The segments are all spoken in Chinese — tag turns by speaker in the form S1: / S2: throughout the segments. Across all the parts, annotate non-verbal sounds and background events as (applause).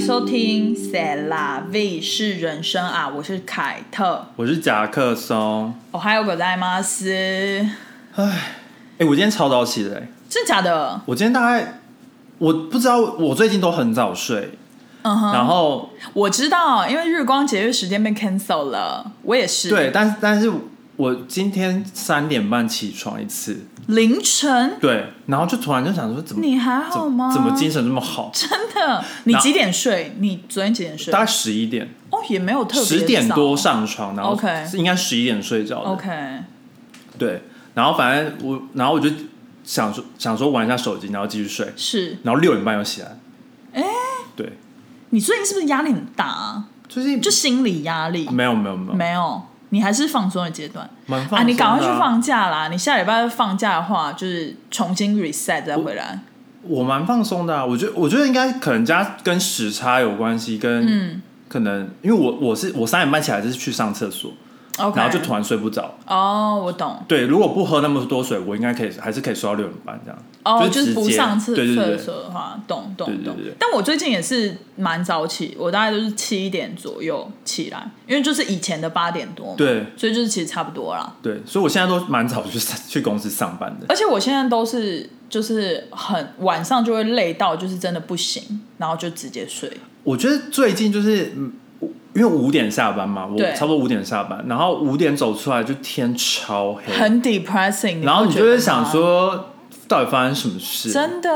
S1: 收听《塞拉 V 是人生啊》，我是凯特。
S2: 我是夹克松。
S1: 我还有个赖马斯，
S2: 哎、我今天超早起的、欸，
S1: 真假的？
S2: 我今天大概我不知道，我最近都很早睡。
S1: 嗯哼，
S2: 然后
S1: 我知道，因为日光节约时间被 cancel 了，我也是。
S2: 对，，但但是我今天三点半起床一次，
S1: 凌晨
S2: 对，然后就突然就想说，怎么
S1: 你还
S2: 怎
S1: 好吗？
S2: 么怎么精神这么好？
S1: 真的？你
S2: 然后
S1: 几点睡？你昨天几点睡
S2: 大？概十一点，
S1: 哦，也没有特别
S2: 十点
S1: 早
S2: 多上床，然后
S1: OK
S2: 是应该十一点睡觉的。
S1: OK，
S2: 对，然后反正我，然后我就想说想说玩一下手机，然后继续睡，
S1: 是
S2: 然后六点半又起来。哎、对，
S1: 你最近是不是压力很大、啊？
S2: 最近
S1: 就心理压力？
S2: 没有没有没有
S1: 没有，你还是放松的阶段。
S2: 蛮放松的
S1: 啊，你赶快去放假啦！你下礼拜放假的话，就是重新 reset 再回来。
S2: 我蛮放松的啊，我觉得我觉得应该可能加跟时差有关系，跟
S1: 嗯
S2: 可能因为我我是我三点半起来就是去上厕所，
S1: ，OK。
S2: 然后就突然睡不着。
S1: 哦，我懂。
S2: 对，如果不喝那么多水，我应该可以还是可以睡到六点半这样。
S1: 哦，
S2: 就是是
S1: 不
S2: 直接
S1: 上厕
S2: 对对对
S1: 厕所的话，懂懂
S2: 对对
S1: 懂
S2: 对对。
S1: 但我最近也是蛮早起，我大概都是七点左右起来，因为就是以前的八点多嘛，
S2: 对
S1: 所以就是其实差不多啦。
S2: 对，所以我现在都蛮早去上 (laughs) 去公司上班的。
S1: 而且我现在都是就是很晚上就会累到，就是真的不行，然后就直接睡。
S2: 我觉得最近就是嗯我因为五点下班嘛，我
S1: 对
S2: 差不多五点下班，然后五点走出来就天超黑，
S1: 很 depressing。
S2: 然后你
S1: 不
S2: 就
S1: 觉得
S2: 会
S1: 吗
S2: 想，说到底发生什么事？
S1: 真的，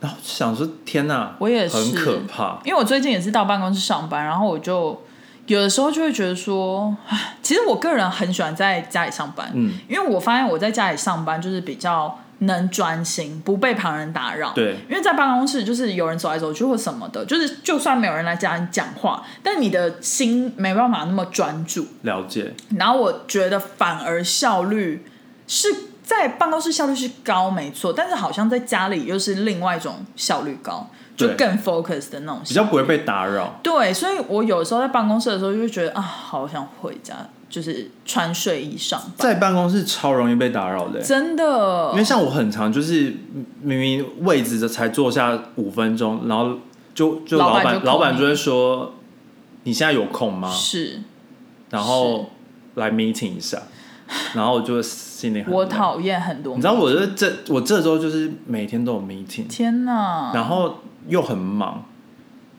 S2: 然后想说天哪，
S1: 我也是
S2: 很可怕。
S1: 因为我最近也是到办公室上班，然后我就有的时候就会觉得说，唉其实我个人很喜欢在家里上班，
S2: 嗯，
S1: 因为我发现我在家里上班就是比较能专心，不被旁人打扰。
S2: 对
S1: 因为在办公室就是有人走来走去或什么的，就是就算没有人来家你讲话，但你的心没办法那么专注。
S2: 了解，
S1: 然后我觉得反而效率是在办公室效率是高没错，但是好像在家里又是另外一种效率高，就
S2: 对
S1: 更 focus 的那种效率。
S2: 比较不会被打扰。
S1: 对，所以我有时候在办公室的时候就会觉得啊，好想回家，就是穿睡衣上班，
S2: 在办公室超容易被打扰的欸、
S1: 真
S2: 因为
S1: 的。
S2: 像我很常就是嗯明明位置的才坐下五分钟，然后就就
S1: 老
S2: 老
S1: 板
S2: 板
S1: 就 call
S2: 老板
S1: 你
S2: 就会说你现在有空吗？
S1: 是
S2: 然后来 meeting 一下，然后我就心里很
S1: 我
S2: 累
S1: 讨厌很多，
S2: 你知道我这这我这周就是每天都有 meeting，
S1: 天哪！
S2: 然后又很忙，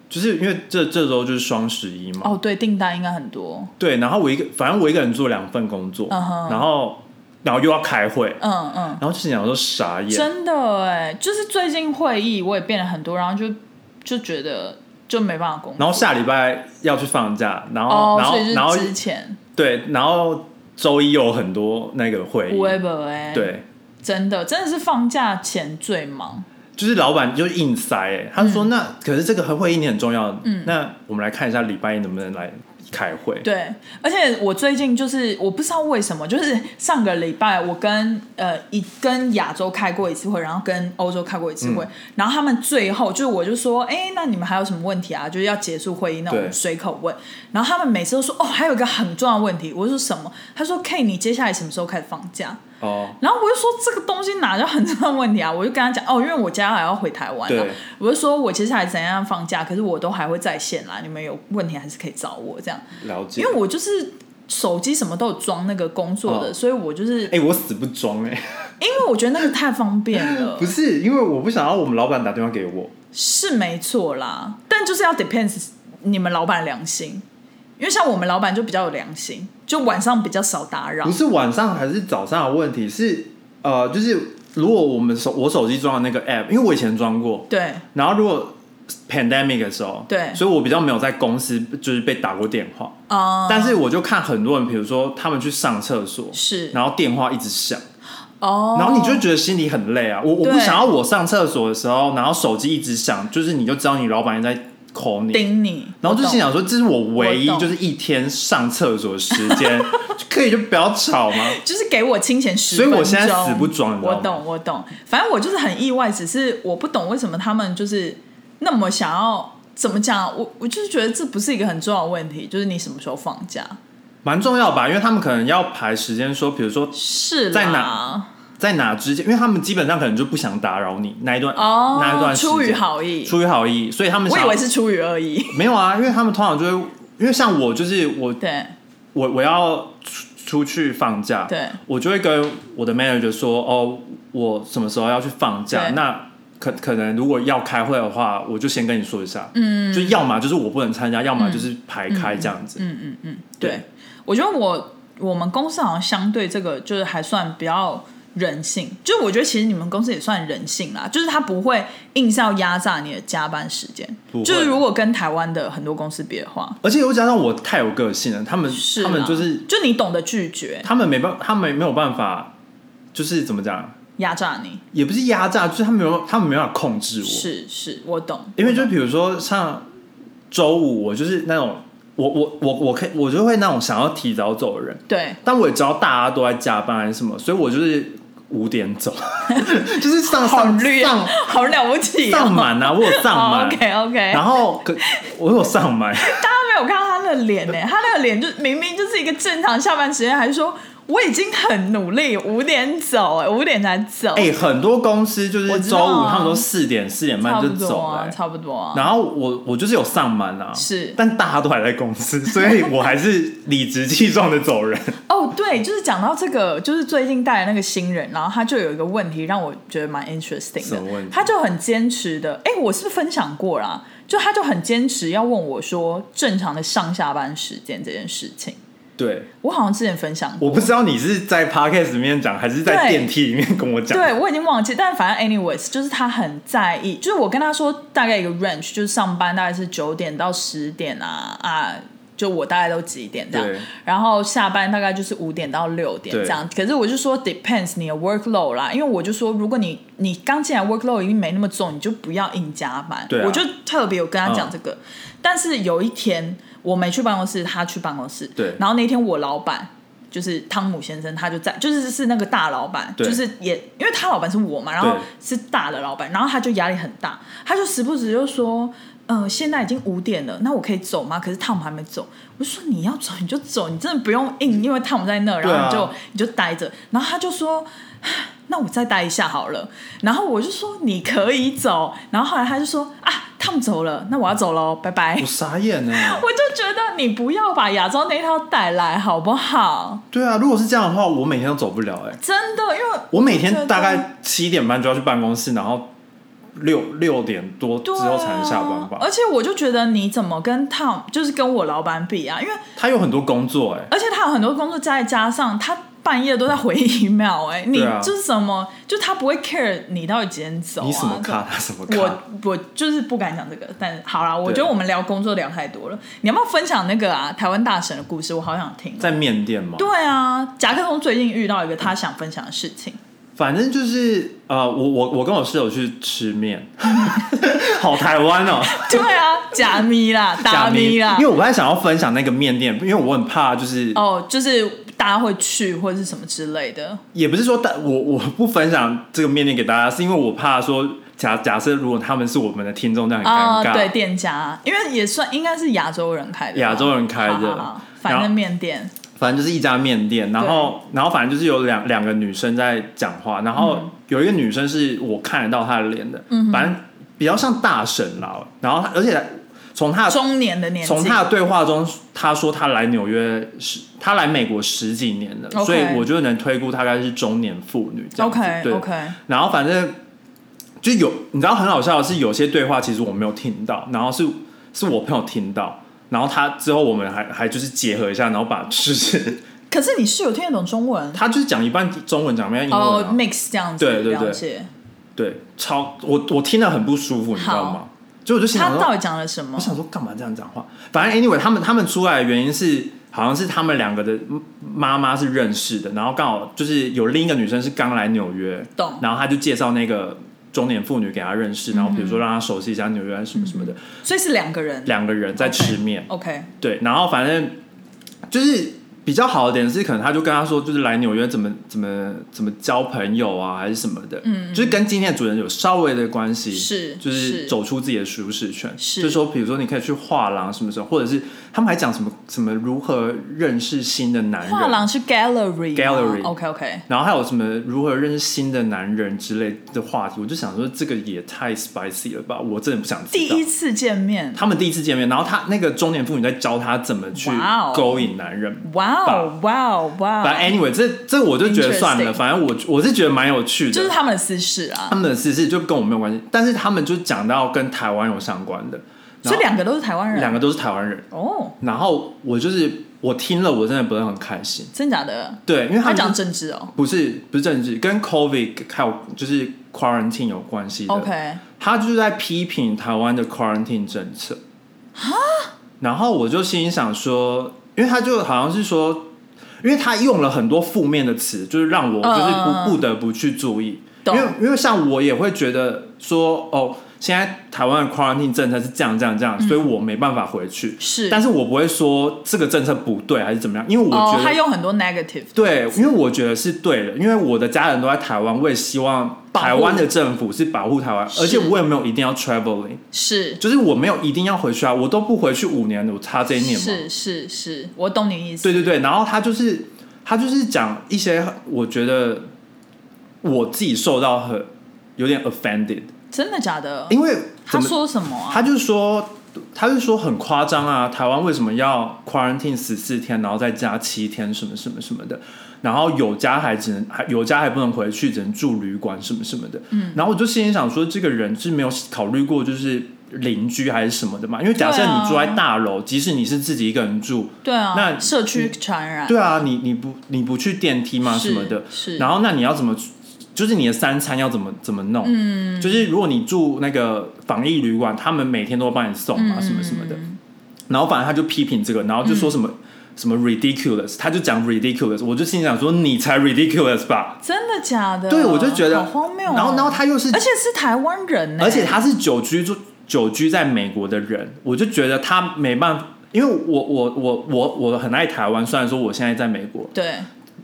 S2: 就是因为这这周就是双十一嘛，
S1: 哦，对，订单应该很多，
S2: 对，然后我一个，反正我一个人做两份工作
S1: 嗯哼
S2: 然后然后又要开会，
S1: 嗯嗯，
S2: 然后就是想说傻眼，
S1: 真的哎，就是最近会议我也变了很多，然后就就觉得就没办法工作。
S2: 然后下礼拜要去放假，然后、
S1: 哦，
S2: 然后
S1: 所以
S2: 然
S1: 就
S2: 后
S1: 是之前
S2: 对，然后周一有很多那个会
S1: 不会
S2: 议，
S1: 不会，，
S2: 嗯对，
S1: 哎真的真的是放假前最忙，
S2: 就是老板就硬塞、欸，他就
S1: 嗯
S2: 说、那可是这个会议你很重要，嗯，那我们来看一下礼拜一能不能来开会，
S1: 对，而且我最近就是我不知道为什么，就是上个礼拜我跟呃一跟亚洲开过一次会，然后跟欧洲开过一次
S2: 嗯
S1: 会，然后他们最后就是我就说，哎，那你们还有什么问题啊？就是要结束会议那种
S2: 对
S1: 随口问，然后他们每次都说，哦，还有一个很重要的问题，我就说什么？他说，K，你接下来什么时候开始放假？
S2: 哦，
S1: 然后我就说这个东西哪叫很重要的问题啊？我就跟他讲哦，因为我接下来要回台湾了
S2: 对，
S1: 我就说我接下来怎样放假，可是我都还会在线啦，你们有问题还是可以找我这样。
S2: 了解，
S1: 因为我就是手机什么都有装那个工作的，
S2: 哦
S1: 所以我就是
S2: 哎、我死不装哎、
S1: 因为我觉得那个太方便了
S2: (laughs) 不，是因为我不想要我们老板打电话给我，
S1: 是没错啦，但就是要 depends 你们老板良心，因为像我们老板就比较有良心，就晚上比较少打扰
S2: 不。是晚上还是早上的问题，是呃，就是如果我们手我手机装的那个 app，因为我以前装过，
S1: 对，
S2: 然后如果 pandemic 的时候，
S1: 对
S2: 所以我比较没有在公司就是被打过电话，
S1: 啊、
S2: 但是我就看很多人，比如说他们去上厕所，
S1: 是
S2: 然后电话一直响，
S1: 哦，
S2: 然后你就觉得心里很累啊，我我
S1: 对
S2: 不想要我上厕所的时候，然后手机一直响，就是你就知道你老板在 call 你，
S1: 盯你，
S2: 然后就
S1: 我懂
S2: 心想说，这是我唯一
S1: 我懂
S2: 就是一天上厕所的时
S1: (laughs)
S2: 间，可以就不要吵吗？
S1: 就是给我清闲十
S2: 所
S1: 分
S2: 以
S1: 钟。
S2: 我现在死不装，你知
S1: 我
S2: 道
S1: 懂，
S2: 吗？
S1: 我懂。反正我就是很意外，只是我不懂为什么他们就是那么想要怎么讲。我我就是觉得这不是一个很重要的问题，就是你什么时候放假
S2: 蛮重要吧，因为他们可能要排时间，说比如说
S1: 是啦
S2: 在哪在哪之间，因为他们基本上可能就不想打扰你那一段
S1: 哦，
S2: 那一段时间
S1: 出于好意，
S2: 出于好意，所以他们
S1: 我
S2: 想
S1: 以
S2: 要
S1: 为是出于恶意。
S2: 没有啊，因为他们通常就会，因为像我就是我
S1: 对
S2: 我我要出出去放假，
S1: 对，
S2: 我就会跟我的 manager 说，哦，我什么时候要去放假？
S1: 对
S2: 那可可能如果要开会的话，我就先跟你说一下，嗯，就要么就是我不能参加，
S1: 嗯
S2: 要么就是排开这样子，嗯对
S1: 对，我觉得我我们公司好像相对这个就是还算比较人性，就是我觉得其实你们公司也算人性啦，就是他不会硬是要压榨你的加班时间
S2: 不，会
S1: 就是如果跟台湾的很多公司比的话，
S2: 而且又加上我太有个性了，他们
S1: 是啊
S2: 他们
S1: 啦
S2: 就是
S1: 就你懂得拒绝
S2: 他们没办，他们没有办法，就是怎么讲，
S1: 压榨你，
S2: 也不是压榨，就是他们没有他们没办法控制我，
S1: 是是，我懂，
S2: 因为就比如说像周五，我就是那种我我我我可以我就会那种想要提早走的人，
S1: 对。 (laughs)
S2: 但我也知道大家都在加班还是什么，所以我就是五点走，
S1: (laughs)
S2: 就是上
S1: 好
S2: 上
S1: 绿啊
S2: 上，
S1: 好了不起、
S2: 上
S1: 哦！ (laughs)
S2: 满啊，我有上满。
S1: OK OK，
S2: 然后可我有上
S1: (laughs)
S2: 满，
S1: 大家没有看到他的脸呢、他那个脸就明明就是一个正常下班时间，还说我已经很努力，五点走、哎，五点才走，
S2: 哎、很多公司就是
S1: 我知
S2: 周
S1: 道啊
S2: 五他们都四点四点
S1: 差
S2: 半
S1: 不
S2: 就
S1: 多
S2: 走了、哎
S1: 啊，差不多啊。
S2: 然后我我就是有上满啊，
S1: 是
S2: 但大家都还在公司， (laughs) 所以我还是理直气壮的
S1: (laughs)
S2: 走人。
S1: 哦，对，就是讲到这个，就是最近带的那个新人，然后他就有一个问题让我觉得蛮 interesting
S2: 什么问
S1: 的
S2: 题，
S1: 他就很坚持的，哎，我是不是分享过啦？就他就很坚持要问我说正常的上下班时间这件事情，
S2: 对，
S1: 我好像之前分享过，
S2: 我不知道你是在 podcast 里面讲，还是在
S1: 对
S2: 电梯里面跟我讲。
S1: 对我已经忘记，但反正 anyways，就是他很在意，就是我跟他说大概一个 range，就是上班大概是九点到十点啊啊，就我大概都几点这样
S2: 对，
S1: 然后下班大概就是五点到六点
S2: 对
S1: 这样。可是我就说 depends 你的 workload 啦，因为我就说如果你你刚进来 workload 已经没那么重，你就不要硬加班。
S2: 对啊嗯
S1: 我就特别有跟他讲这个，但是有一天我没去办公室，他去办公室，
S2: 对
S1: 然后那天我老板。就是汤姆先生，他就在，就是是那个大老板，
S2: 对
S1: 就是也因为他老板是我嘛，然后
S2: 对
S1: 是大的老板，然后他就压力很大，他就时不时就说，呃，现在已经五点了，那我可以走吗？可是汤姆还没走，我就说你要走你就走，你真的不用硬，因为汤姆在那，然
S2: 对
S1: 后
S2: 啊
S1: 你就、你就待着，然后他就说。那我再待一下好了，然后我就说你可以走，然后后来他就说啊，汤姆走了，那我要走喽，拜拜。
S2: 我傻眼
S1: (laughs)
S2: 呢、欸
S1: 我就觉得你不要把亚洲那一套带来好不好？
S2: 对啊，如果是这样的话，我每天都走不了哎、
S1: 真的，因为
S2: 我每
S1: 觉
S2: 天
S1: 得
S2: 大概七点半就要去办公室，然后六六点多之
S1: 对啊
S2: 后才能下班吧。
S1: 而且我就觉得你怎么跟 Tom 就是跟我老板比啊？因为
S2: 他有很多工作哎、
S1: 而且他有很多工作，再加上他半夜都在回 (laughs) email，哎、你
S2: 对啊
S1: 就是什么，就他不会 care 你到底几点走、啊，
S2: 你什么
S1: 这
S2: 咖，
S1: 种
S2: 他什么
S1: 我
S2: 咖？
S1: 我就是不敢讲这个，但好啦，我
S2: 对
S1: 觉得我们聊工作聊太多了。你要不要分享那个啊台湾大神的故事？我好想听。
S2: 在面店吗？
S1: 对啊，夹克松最近遇到一个他想分享的事情， (laughs)
S2: 反正就是呃，我我我跟我室友去吃面， (laughs) 好台
S1: (laughs)
S2: 湾哦、
S1: 对啊，假咪啦，打
S2: 假
S1: 咪啦
S2: 因为，我不太想要分享那个面店，因为我很怕，就是、
S1: 哦，就是大家会去或者是什么之类的，
S2: 也不是说大我我不分享这个面店给大家，是因为我怕说假假设如果他们是我们的听众，这样很
S1: 啊、
S2: 尴尬。
S1: 对，店家，因为也算应该是亚洲人开的吧，
S2: 亚洲人开的
S1: 好好好
S2: 然
S1: 反
S2: 后
S1: 正面店，
S2: 反正就是一家面店，然后然后反正就是有两两个女生在讲话，然
S1: 嗯
S2: 后有一个女生是我看得到她的脸的，反正比较像大神啦。然后她而且从她的
S1: 中年的年纪，
S2: 啊从她的对话中，她说她来纽约十，她来美国十几年了
S1: OK
S2: 所以我就能推估大概是中年妇女这样子。
S1: OK
S2: 对
S1: OK，
S2: 然后反正就有，你知道很好笑的是，有些对话其实我没有听到，然后是是我朋友听到，然后他之后我们还还就是结合一下，然后把就是
S1: 可是你室友听得懂中文？
S2: 他就是讲一半中文，讲一半英文、
S1: 哦、
S2: 啊
S1: m i x 这样子，
S2: 对对对
S1: 了解。
S2: 对，超我我听了很不舒服，你知道吗
S1: 好？
S2: 就我就心
S1: 他
S2: 想
S1: 到
S2: 说，
S1: 底讲了什么
S2: 我？想说干嘛这样讲话？反正 anyway，他们他们出来的原因是。好像是他们两个的妈妈是认识的，然后刚好就是有另一个女生是刚来纽约，
S1: 懂
S2: 然后他就介绍那个中年妇女给他认识，然后比如
S1: 嗯
S2: 说让他熟悉一下纽约什么什么的，
S1: 所以是两个人
S2: 两个人在吃面，
S1: ，OK，
S2: 对，然后反正就是比较好的点是，可能他就跟他说，就是来纽约怎么怎么怎么交朋友啊，还是什么的，嗯，就是跟今天的主人有稍微的关系，
S1: 是
S2: 就是
S1: 是
S2: 走出自己的舒适圈，
S1: 是
S2: 就说比如说你可以去画廊什么时候，或者是他们还讲什么什么如何认识新的男人，
S1: 画廊是 gallery
S2: Gallery
S1: OK OK，
S2: 然后还有什么如何认识新的男人之类的话题，我就想说这个也太 spicy 了吧，我真的不想知道。
S1: 第一次见面，
S2: 他们第一次见面，然后他那个中年妇女在教他怎么去
S1: 哇哦
S2: 勾引男人。
S1: 哇哦
S2: 吧
S1: 哇哦哇
S2: 反
S1: 哦，
S2: 正 anyway，这这我就觉得算
S1: Interesting
S2: 了，反正我我是觉得蛮有趣的。
S1: 就是他们的私事
S2: 他
S1: 啊，
S2: 们的私事就跟我没有关系，但是他们就讲到跟台湾有相关的，
S1: 所
S2: 然后
S1: 以两个都是台湾人，
S2: 两个都是台湾人。
S1: 哦，
S2: 然后我就是我听了，我真的不是很开心。
S1: 真假的？
S2: 对，因为他
S1: 他
S2: 们
S1: 讲政治哦
S2: 不是不是政治，跟 COVID 还有就是 quarantine 有关系的。
S1: ，OK，
S2: 他就是在批评台湾的 quarantine 政策。然后我就心里想说，因为他就好像是说，因为他用了很多负面的词，就是让我就是不、
S1: 嗯嗯嗯
S2: 不得不去注意。因
S1: 懂
S2: 为因为像我也会觉得说，哦，现在台湾的 quarantine 政策是这样这样这样，所以我没办法回去。
S1: 嗯是
S2: 但是我不会说这个政策不对还是怎么样，因为我觉
S1: 哦，
S2: 得、
S1: 他用很多 negative，
S2: 对，因为我觉得是对的，因为我的家人都在台湾，我也希望台湾的政府是保护台湾，
S1: 是
S2: 而且我也没有一定要 traveling，
S1: 是
S2: 就是我没有一定要回去啊，我都不回去五年了，我差这一年嘛。
S1: 是是是，我懂你意思，
S2: 对对对，然后他就是他就是讲一些我觉得我自己受到很有点 offended，
S1: 真的假的？
S2: 因为
S1: 他
S2: 怎么
S1: 说什么啊？
S2: 他就说他就说很夸张啊，台湾为什么要 quarantine 十四天，然后再加七天什么什么什么的，然后有家还只能还有家还不能回去，只能住旅馆什么什么的。嗯，然后我就心里想说，这个人是没有考虑过就是邻居还是什么的嘛？因为假设
S1: 对啊
S2: 你住在大楼，即使你是自己一个人住，
S1: 对啊，
S2: 那
S1: 社区传染，
S2: 对啊，你你不你不去电梯吗？
S1: 是
S2: 什么的，
S1: 是
S2: 然后那你要怎么？就是你的三餐要怎么怎么弄？嗯，就是如果你住那个防疫旅馆，他们每天都会帮你送
S1: 嗯
S2: 啊，什么什么的。然后反正他就批评这个，然后就说什
S1: 嗯
S2: 么、什么 ridiculous，他就讲 ridiculous，我就心想说你才 ridiculous 吧？
S1: 真的假的？
S2: 对，我就觉得
S1: 好荒谬哦。
S2: 然后然后他又是，
S1: 而且是台湾人呢，
S2: 而且他是久居住久居在美国的人，我就觉得他没办法，因为我我我我我很爱台湾，虽然说我现在在美国，
S1: 对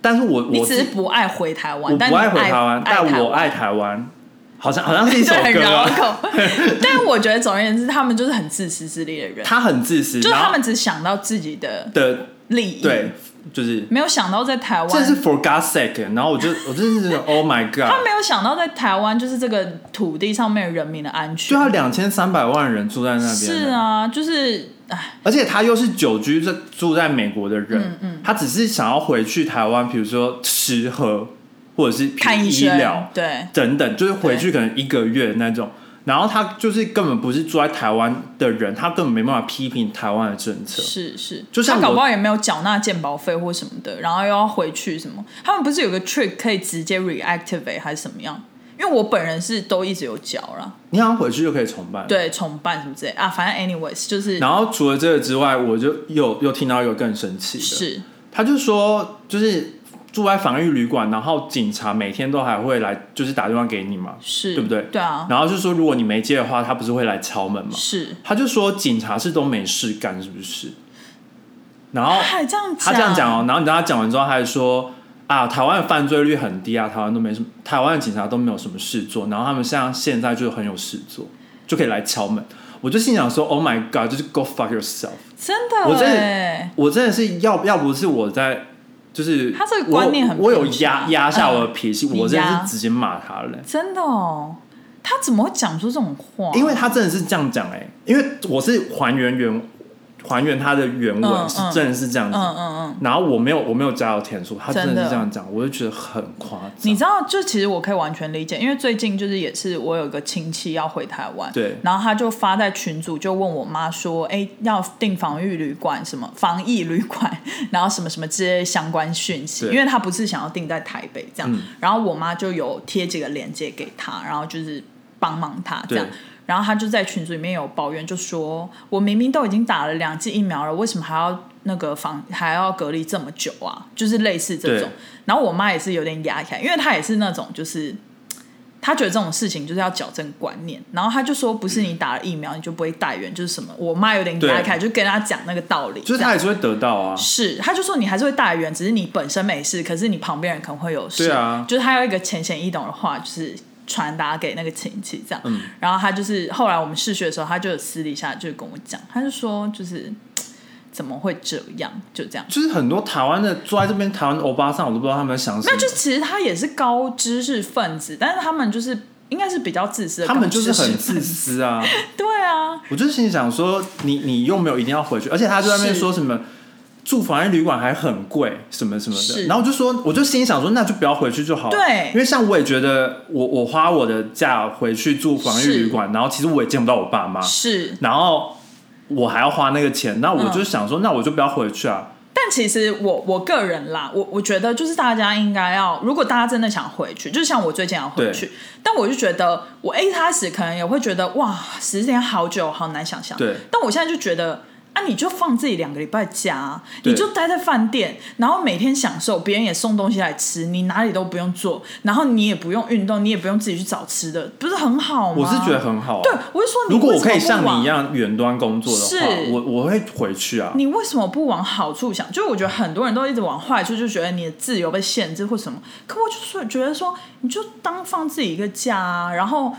S2: 但是我
S1: 你
S2: 我
S1: 只
S2: 自
S1: 是
S2: 己
S1: 不爱回台湾，
S2: 我
S1: 但
S2: 不爱回
S1: 你
S2: 台湾，
S1: 爱
S2: 但我
S1: 湾
S2: 爱台湾，好像好像是一首
S1: (laughs) 对，很
S2: 歌、
S1: 绕
S2: 啊。
S1: 口。
S2: (laughs)
S1: 但我觉得总而言之，他们就是很自私自利的人，
S2: 他很自私，
S1: 就是
S2: 然后
S1: 他们只想到自己的
S2: 的
S1: 利益，
S2: 对，，就是
S1: 没有想到在台
S2: 这
S1: 湾，
S2: 是 for God's sake。然后我
S1: (laughs)
S2: 就我真的是 Oh my
S1: 他
S2: God，
S1: 没有想到在台湾就是这个土地上面人民的安
S2: 就
S1: 全。
S2: 要两千三百万人住在啊那边，
S1: 是，啊，就是哎，
S2: 而且他又是久居在住在美国的人，
S1: 嗯
S2: 他只是想要回去台湾，比如说吃喝或者是比如
S1: 看医
S2: 医
S1: 生
S2: 疗，
S1: 对，
S2: 等等，就是回去可能一个月那种。然后他就是根本不是住在台湾的人，他根本没办法批评台湾的政策。
S1: 是是，
S2: 就像
S1: 他搞
S2: 我
S1: 不好也没有缴纳健保费或什么的，然后又要回去什么，他们不是有个 trick 可以直接 reactivate 还是什么样？因为我本人是都一直有缴啦，
S2: 你好像回去就可以重办。。
S1: 对，重办什么之类啊，反正 anyways 就是
S2: 然后除了这个之外，我就又又听到一个更神奇的，
S1: 是
S2: 他就说，就是住在防疫旅馆，然后警察每天都还会来，就是打电话给你嘛，
S1: 是，
S2: 对不对？
S1: 对啊，
S2: 然后就说，如果你没接的话，他不是会来敲门嘛？
S1: 是，
S2: 他就说，警察是都没事干，是不是？然后
S1: 他还这样讲，
S2: 他这样
S1: 啊
S2: 讲哦，然后你知道他讲完之后，他还说啊，台湾的犯罪率很低啊，台湾都没什么，台湾的警察都没有什么事做，然后他们像现在就很有事做，就可以来敲门。我就心想说，Oh my God，就是 Go fuck yourself！
S1: 真的欸，
S2: 我真的我真的是要要不是我在，就是
S1: 他这个观念很
S2: 我有我有
S1: 偏差
S2: 压压下我的脾气，
S1: 嗯
S2: 我真
S1: 你
S2: 的
S1: 压
S2: 是直接骂他了、
S1: 真的哦，他怎么会讲出这种话？
S2: 因为他真的是这样讲哎、因为我是还原原还原他的原文，
S1: 嗯嗯
S2: 是真的是这样子。
S1: 嗯嗯嗯，
S2: 然后我没有我没有加油添醋，他真
S1: 真的
S2: 的是这样讲，我就觉得很夸张。
S1: 你知道，就其实我可以完全理解，因为最近就是也是我有一个亲戚要回台湾，
S2: 对
S1: 然后他就发在群组就问我妈说，哎，要订防疫旅馆什么防疫旅馆， (laughs) 然后什么什么之类相关讯息，
S2: 对嗯
S1: 因为他不是想要订在台北这样，然后我妈就有贴几个链接给他，然后就是帮忙他这样
S2: 对。
S1: 然后他就在群组里面有抱怨，就说：“我明明都已经打了两剂疫苗了，为什么还要那个防还要隔离这么久啊？”就是类似这种
S2: 对。
S1: 然后我妈也是有点压起来，因为她也是那种就是他觉得这种事情就是要矫正观念，然后他就说不是你打了疫苗你就不会带源，就是什么我妈有点
S2: 对
S1: 压开，就跟他讲那个道理，
S2: 就是
S1: 这样
S2: 他也是会得到啊。
S1: 是，他就说你还是会带源，只是你本身没事，可是你旁边人可能会有事。
S2: 对啊
S1: 就是他有一个浅显易懂的话，就是传达给那个亲戚这样。
S2: 嗯
S1: 然后他就是后来我们试学的时候，他就有私底下就跟我讲，他就说就是怎么会这样，就这样。
S2: 就是很多台湾的坐在这边台湾的欧巴桑，我都不知道他们在想什么。
S1: 那就其实他也是高知识分子，但是他们就是应该是比较自私的
S2: 他
S1: 高知识分子，
S2: 们就是很自私啊！
S1: 对啊，
S2: 我就是心里想说，你你又没有一定要回去，而且他就在那边
S1: 是
S2: 说什么住防疫旅馆还很贵，什么什么的。
S1: 是
S2: 然后我就说，我就心里想说，那就不要回去就好了。
S1: 对
S2: 因为像我也觉得我，我花我的假回去住防疫
S1: 是
S2: 旅馆，然后其实我也见不到我爸妈，
S1: 是。
S2: 然后我还要花那个钱，那我
S1: 嗯
S2: 就想说，那我就不要回去啊。
S1: 但其实我我个人啦，我我觉得就是大家应该要，如果大家真的想回去，就像我最近要回去，但我就觉得我一开始可能也会觉得哇，十天好久，好难想象。
S2: 对
S1: 但我现在就觉得。啊，你就放自己两个礼拜假啊，
S2: 对
S1: 你就待在饭店，然后每天享受，别人也送东西来吃，你哪里都不用做，然后你也不用运动，你也不用自己去找吃的，不是很好吗？
S2: 我是觉得，很好、啊。
S1: 对，我是说你
S2: 如果
S1: 为
S2: 我
S1: 什么
S2: 可以
S1: 不
S2: 像
S1: 往
S2: 你一样远端工作的话，
S1: 是
S2: 我我会回去啊。
S1: 你为什么不往好处想？就是我觉得很多人都一直往坏处，就觉得你的自由被限制或什么。可我就是觉得说，你就当放自己一个假、啊，然后。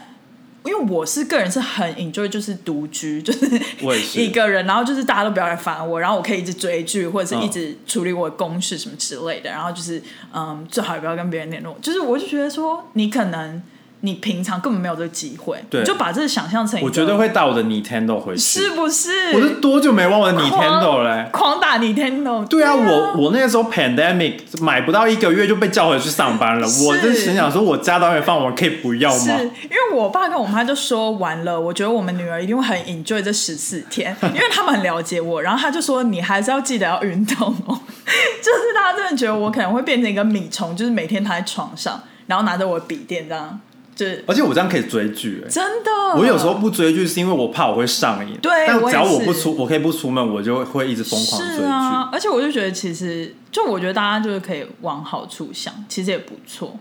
S1: 因为我是个人是很 enjoy 就是独居， (laughs) 就是
S2: 我也是
S1: 一个人，然后就是大家都不要来烦我，然后我可以一直追剧或
S2: 嗯
S1: 者是一直处理我的公事什么之类的，然后就是嗯，最好也不要跟别人联络。就是我就觉得说，你可能你平常根本没有这个机会，
S2: 对
S1: 你就把这个想象成一个
S2: 我绝对会带我的 Nintendo 回去。
S1: 是不是？
S2: 我是多久没玩我的
S1: 狂
S2: Nintendo 欸嘞？
S1: 狂打 Nintendo。
S2: 对啊，我我那个时候 pandemic 买不到一个月就被叫回去上班了，
S1: 是
S2: 我真是很想说，我家导演放我可以不要
S1: 是
S2: 吗？
S1: 因为我爸跟我妈就说完了，我觉得我们女儿一定会很 enjoy 这十四
S2: (laughs)
S1: 天，因为他们很了解我。然后他就说你还是要记得要运动哦， (laughs) 就是大家真的觉得我可能会变成一个米虫，就是每天躺在床上，然后拿着我的笔电这样，就是
S2: 而且我这样可以追剧、欸，
S1: 真的。
S2: 我有时候不追剧是因为我怕我会上瘾，
S1: 对
S2: 但只要我
S1: 我也是
S2: 不出，我可以不出门，我就会一直疯狂追
S1: 是
S2: 剧。
S1: 啊，而且我就觉得其实，就我觉得大家就是可以往好处想，其实也不错。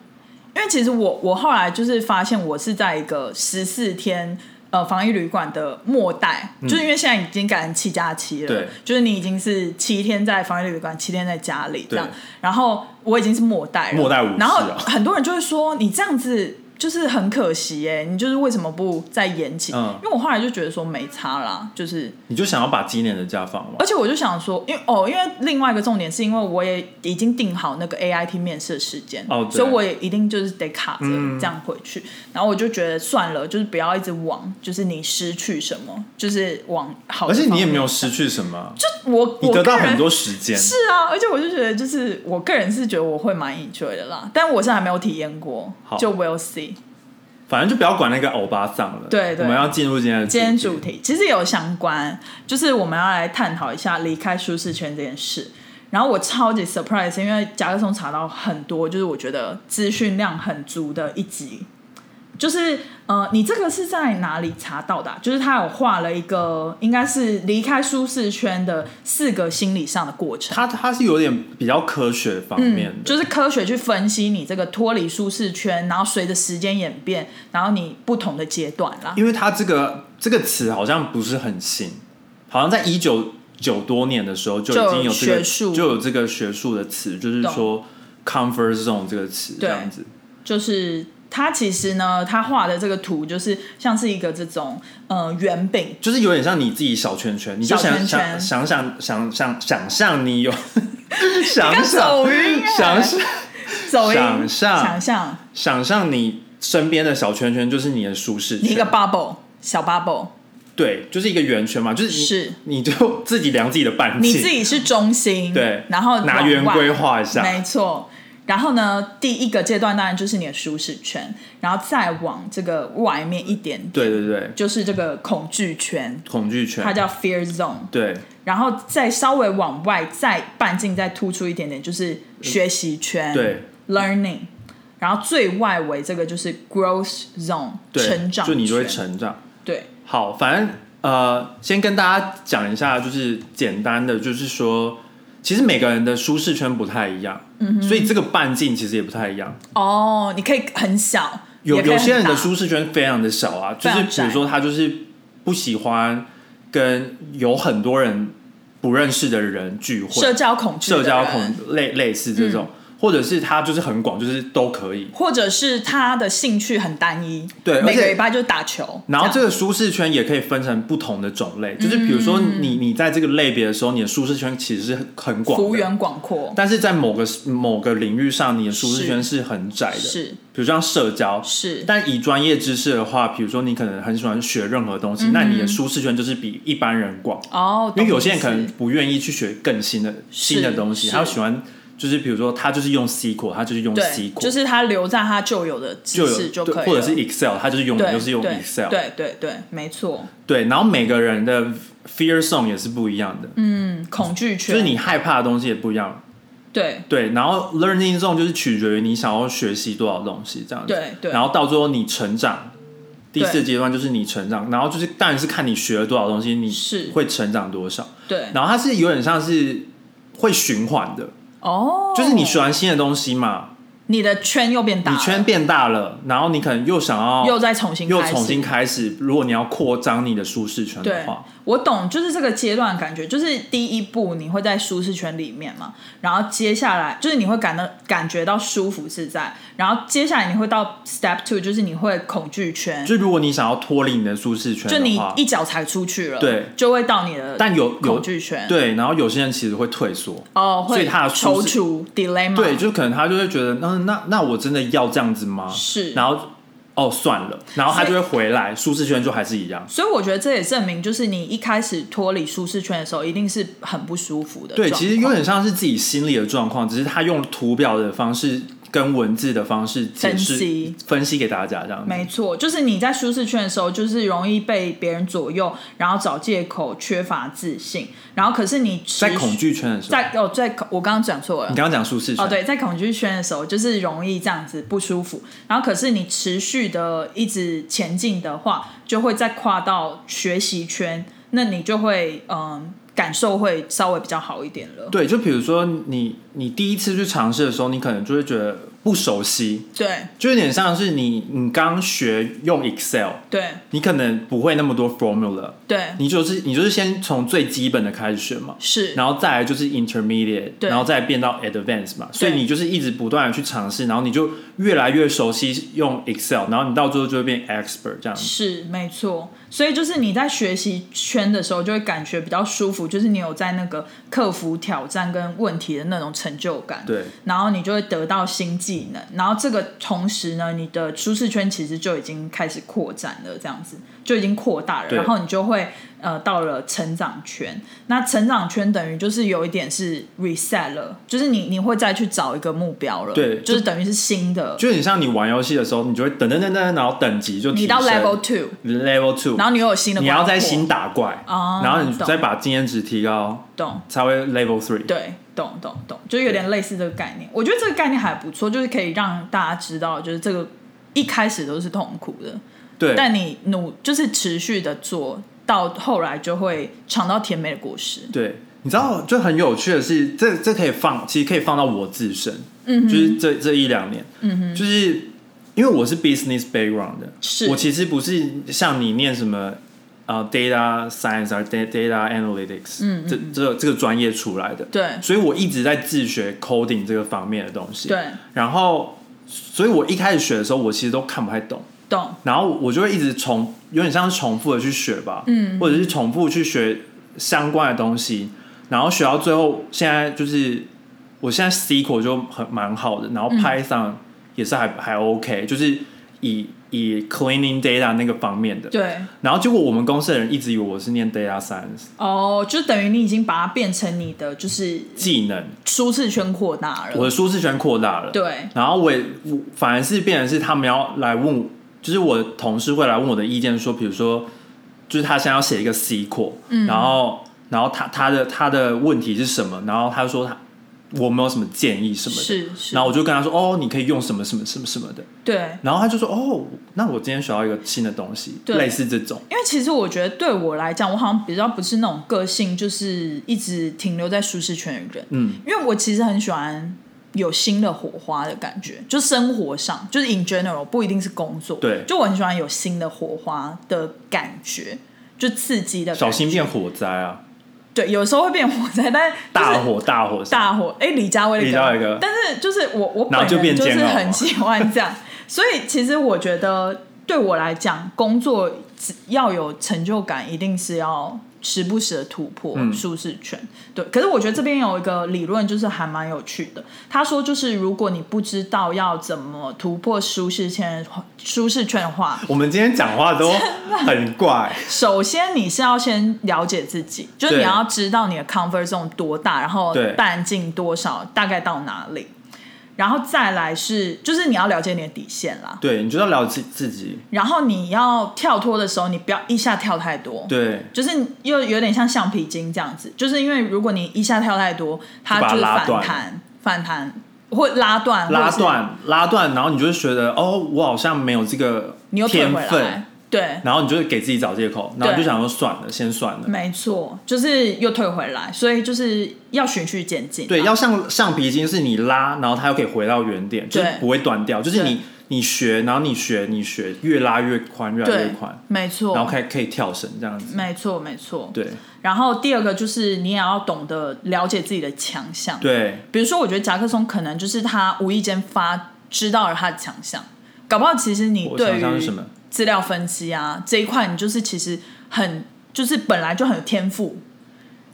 S1: 因为其实我我后来就是发现，我是在一个十四天呃防疫旅馆的末代，就是因为现在已经改成七加七了，
S2: 嗯对
S1: 就是你已经是七天在防疫旅馆，七天在家里这样
S2: 对。
S1: 然后我已经是末代了，
S2: 末代武士啊
S1: 然后很多人就会说你这样子。就是很可惜哎、你就是为什么不再延期？
S2: 嗯
S1: 因为我后来就觉得说没差啦，就是
S2: 你就想要把今年的假放完
S1: 而，且我就想说，因为哦，因为另外一个重点是因为我也已经定好那个 AIT 面试的时间，
S2: 哦对
S1: 所以我也一定就是得卡着
S2: 嗯
S1: 这样回去。然后我就觉得算了，就是不要一直往，就是你失去什么，就是往好的
S2: 而
S1: 方面。
S2: 且你也没有失去什么，
S1: 就我
S2: 你得到
S1: 我个人
S2: 很多时间。
S1: 是啊，而且我就觉得，就是我个人是觉得我会蛮 enjoy 的啦，但我是还没有体验过
S2: 好，
S1: 就 we'll see。
S2: 反正就不要管那个欧巴桑了。
S1: 对对
S2: 我们要进入今天的
S1: 今天
S2: 主
S1: 主
S2: 题。
S1: 题其实也有相关，就是我们要来探讨一下离开舒适圈这件事。然后我超级 surprise，因为夹克松查到很多，就是我觉得资讯量很足的一集。就是呃，你这个是在哪里查到的啊、就是他有画了一个，应该是离开舒适圈的四个心理上的过程。
S2: 他他是有点比较科学方面的，
S1: 就是科学去分析你这个脱离舒适圈，然后随着时间演变，然后你不同的阶段啦。
S2: 因为它这个这个词好像不是很新，好像在一九九多年的时候就已经有这
S1: 就有学
S2: 个
S1: 术
S2: 就有这个学术的词，就是说 comfort zone 这个词这
S1: 对
S2: 样子。
S1: 就是它其实呢，它画的这个图就是像是一个这种呃圆饼，
S2: 就是有点像你自己小圈圈，你就想
S1: 小圈圈
S2: 想想想想想想象你有想
S1: 你刚
S2: 想
S1: 走晕耶
S2: 想想
S1: 走音
S2: 想象
S1: 想象
S2: 想象你身边的小圈圈就是你的舒适
S1: 你一个
S2: 圈，
S1: bubble 小 bubble，
S2: 对，就是一个圆圈嘛，就是你
S1: 是
S2: 你就自己量自己的半径，
S1: 你自己是中心，
S2: 对
S1: 然后
S2: 拿
S1: 往
S2: 圆
S1: 外
S2: 规划一下，
S1: 没错。然后呢，第一个阶段当然就是你的舒适圈，然后再往这个外面一点，
S2: 对对对，
S1: 就是这个恐惧圈，
S2: 恐惧圈，
S1: 它叫 fear zone。
S2: 对。
S1: 然后再稍微往外再半径再突出一点点，就是学习圈，
S2: 对
S1: ，learning，然后最外围这个就是 growth zone，
S2: 对，
S1: 成长
S2: 就你就会
S1: 圈
S2: 成长。
S1: 对，
S2: 好，反正呃，先跟大家讲一下，就是简单的，就是说，其实每个人的舒适圈不太一样，嗯、所以这个半径其实也不太一样。
S1: 哦，你可以很小，
S2: 有
S1: 也可以
S2: 有些人的
S1: 很大
S2: 舒适圈非常的小啊，就
S1: 非常
S2: 是比如
S1: 窄
S2: 说他就是不喜欢跟有很多人不认识的人聚会，
S1: 社交恐惧的
S2: 社
S1: 人，
S2: 交恐类类似这
S1: 嗯
S2: 种，或者是他就是很广，就是都可以。
S1: 或者是他的兴趣很单一，
S2: 对而
S1: 每个
S2: 且
S1: 礼拜就打球，
S2: 然后
S1: 这
S2: 这
S1: 样
S2: 个舒适圈也可以分成不同的种类，就是比如说
S1: 嗯
S2: 你你在这个类别的时候，你的舒适圈其实是很很广
S1: 幅
S2: 的，
S1: 员广阔，
S2: 但是在某个某个领域上，你的舒适圈是很窄的，
S1: 是
S2: 比如像社交。
S1: 是，
S2: 但以专业知识的话，比如说你可能很喜欢学任何东西，那你的舒适圈就是比一般人广，
S1: 嗯哦，
S2: 因为
S1: 懂
S2: 有些人
S1: 意
S2: 可能
S1: 思
S2: 不愿意去学更新的新的东西，
S1: 是
S2: 他喜欢就是比如说他就是用 SQL，他就是用
S1: 对，
S2: SQL，
S1: 就是他留在他旧有的
S2: 就
S1: 知
S2: 有
S1: 识就
S2: 对
S1: 可以了，
S2: 或者是 Excel，他就是永远
S1: 对
S2: 就是用
S1: 对
S2: Excel，
S1: 对对对，没错，
S2: 对然后每个人的 fear zone 也是不一样的，
S1: 嗯，恐惧圈
S2: 就是你害怕的东西也不一样，
S1: 对
S2: 对，然后 learning zone 就是取决于你想要学习多少东西这样子，
S1: 对对
S2: 然后到最后你成长。第四
S1: 对
S2: 阶段就是你成长，然后就是当然是看你学了多少东西，你
S1: 是
S2: 会成长多少。
S1: 对
S2: 然后它是有点像是会循环的，
S1: 哦，
S2: 就是你学完新的东西嘛，
S1: 你的圈又变大
S2: 你
S1: 了，
S2: 圈变大了，然后你可能又想要
S1: 又再重新
S2: 哦又
S1: 开始
S2: 重新开始。如果你要扩张你的舒适圈的
S1: 对
S2: 话，，
S1: 我懂，就是这个阶段感觉，就是第一步你会在舒适圈里面嘛，然后接下来就是你会感到感觉到舒服自在，然后接下来你会到 step two，就是你会恐惧圈，
S2: 就如果你想要脱离你的舒适圈
S1: 就
S2: 的
S1: 你
S2: 话，
S1: 一脚踩出去了，
S2: 对
S1: 就会到你的
S2: 但有有
S1: 恐惧圈，
S2: 对，然后有些人其实会退缩，
S1: 哦，
S2: 所以
S1: 会
S2: 他的舒
S1: 踌
S2: 适
S1: 躇 delay 嘛，
S2: 对，就可能他就会觉得，嗯，那那我真的要这样子吗？
S1: 是
S2: 然后哦算了，然后他就
S1: 所以
S2: 会回来，舒适圈就还是一样。
S1: 所以我觉得这也证明，就是你一开始脱离舒适圈的时候，一定是很不舒服的状况。
S2: 对，其实有点像是自己心理的状况，只是他用图表的方式跟文字的方式解释
S1: 分析
S2: 分析给大家这样子。
S1: 没错，就是你在舒适圈的时候，就是容易被别人左右，然后找借口，缺乏自信，然后可是你持
S2: 在
S1: 续
S2: 恐，惧圈的时候，
S1: 在哦，在恐我刚刚讲错了
S2: 你。刚刚讲舒适圈，
S1: 哦，对，在恐惧圈的时候，就是容易这样子不舒服。然后，可是你持续的一直前进的话，就会再跨到学习圈，那你就会嗯，感受会稍微比较好一点了。
S2: 对就比如说你你第一次去尝试的时候，你可能就会觉得不熟悉，
S1: 对
S2: 就有点像是你你刚学用 Excel，
S1: 对
S2: 你可能不会那么多 formula，
S1: 对，
S2: 你就是你就是先从最基本的开始学嘛。
S1: 是
S2: 然后再来就是 intermediate，
S1: 对
S2: 然后再变到 advanced 嘛，所以你就是一直不断的去尝试，然后你就越来越熟悉用 Excel，然后你到最后就会变 expert 这样子。
S1: 是没错，所以就是你在学习圈的时候，就会感觉比较舒服，就是你有在那个克服挑战跟问题的那种成就感，
S2: 对，
S1: 然后你就会得到新技能，然后这个同时呢，你的舒适圈其实就已经开始扩展了，这样子就已经扩大了，
S2: 对
S1: 然后你就会呃到了成长圈，那成长圈等于就是有一点是 reset 了，就是你你会再去找一个目标了，
S2: 对
S1: 就是等于是新的，
S2: 就很像你玩游戏的时候，你就会等等等等，然后等级就提
S1: 你到
S2: 升
S1: level two，
S2: level two，
S1: 然后你又有新的
S2: 你要
S1: 在
S2: 再新打怪，
S1: 哦
S2: 然后你
S1: 懂
S2: 再把经验值提高，
S1: 懂。
S2: 才会 level three。
S1: 对，懂懂懂，就有点类似这个概念。我觉得这个概念还不错，就是可以让大家知道，就是这个一开始都是痛苦的，
S2: 对，
S1: 但你努就是持续的做到后来，就会尝到甜美的果实。
S2: 对，你知道就很有趣的是，这这可以放，其实可以放到我自身，嗯，就是这这一两年，嗯哼，就是因为我是 business background 的，
S1: 是
S2: 我其实不是像你念什么呃 data science 啊 data data analytics，嗯这这这个专业出来的，
S1: 对
S2: 所以我一直在自学 coding 这个方面的东西，，
S1: 对，
S2: 然后所以我一开始学的时候，我其实都看不太懂。
S1: 懂
S2: 然后我就会一直重，有点像是重复的去学吧，嗯，或者是重复去学相关的东西，然后学到最后，现在就是我现在 SQL 就很蛮好的，然后 Python 也是还、还 OK，就是以以 cleaning data 那个方面的，
S1: 对
S2: 然后结果我们公司的人一直以为我是念 data science
S1: 哦，就等于你已经把它变成你的就是
S2: 技能，
S1: 舒适圈扩大
S2: 我
S1: 了。
S2: 的舒适圈扩大了，
S1: 对
S2: 然后我也我反而是变成是他们要来问我，就是我的同事会来问我的意见，说，比如说，就是他现在要写一个 SQL，、
S1: 嗯
S2: 然后然后他他的他的问题是什么，然后他说他我没有什么建议什么的，
S1: 是是
S2: 然，后我就跟他说，哦，你可以用什么什么什么什么的，
S1: 对，
S2: 然后他就说，哦，那我今天学到一个新的东西，
S1: 对
S2: 类似这种，
S1: 因为其实我觉得对我来讲，我好像比较不是那种个性，就是一直停留在舒适圈的人。
S2: 嗯，
S1: 因为我其实很喜欢有新的火花的感觉，就生活上，就是 in general 不一定是工作，
S2: 对
S1: 就我很喜欢有新的火花的感觉，就刺激的感觉，
S2: 小心变火灾啊，
S1: 对，有时候会变火灾，但是就是
S2: 大火大火
S1: 大火，哎、李佳薇的歌
S2: 李佳薇的歌
S1: 但是就是我我本
S2: 然后就
S1: 人
S2: 变
S1: 就是
S2: 煎熬
S1: 很喜欢这
S2: (laughs)
S1: 样，所以其实我觉得对我来讲，工作只要有成就感，一定是要时不时的突破
S2: 嗯
S1: 舒适圈。对，可是我觉得这边有一个理论，就是还蛮有趣的。他说，就是如果你不知道要怎么突破舒适圈，舒适圈的话，
S2: 我们今天讲话
S1: (laughs)
S2: 都很怪，
S1: 首先，你是要先了解自己，就是你
S2: 对
S1: 要知道你的 comfort zone 多大，然后
S2: 对
S1: 半径多少，大概到哪里，然后再来是，就是你要了解你的底线啦。
S2: 对，你就要了解自己，
S1: 然后你要跳脱的时候，你不要一下跳太多，
S2: 对，
S1: 就是又有点像橡皮筋这样子，就是因为如果你一下跳太多，它
S2: 就把它
S1: 就是
S2: 拉
S1: 反
S2: 断
S1: 弹，反弹或拉断，或
S2: 拉
S1: 是
S2: 断拉断，然后你就会觉得哦，我好像没有这个
S1: 你又退
S2: 天
S1: 回来
S2: 分，，
S1: 对，
S2: 然后你就会给自己找借口，然后
S1: 对嗯
S2: 你就想说算了，先算了。
S1: 没错，就是又退回来，所以就是要循序渐进啊，
S2: 对，要像橡皮筋是你拉，然后它又可以回到原点，就是
S1: 对
S2: 不会断掉。就是
S1: 对
S2: 你你学，然后你学，你学，越拉越宽，越来越
S1: 对嗯
S2: 宽，，
S1: 没错，
S2: 然后可以可以跳绳这样子。
S1: 没错，没错。
S2: 对
S1: 然后第二个就是你也要懂得了解自己的强项。，
S2: 对
S1: 比如说，我觉得夹克松可能就是他无意间发知道了他的强项，搞不好其实你
S2: 我
S1: 对
S2: 想象是
S1: 于
S2: 什么
S1: 资料分析啊这一块，你就是其实很就是本来就很有天赋，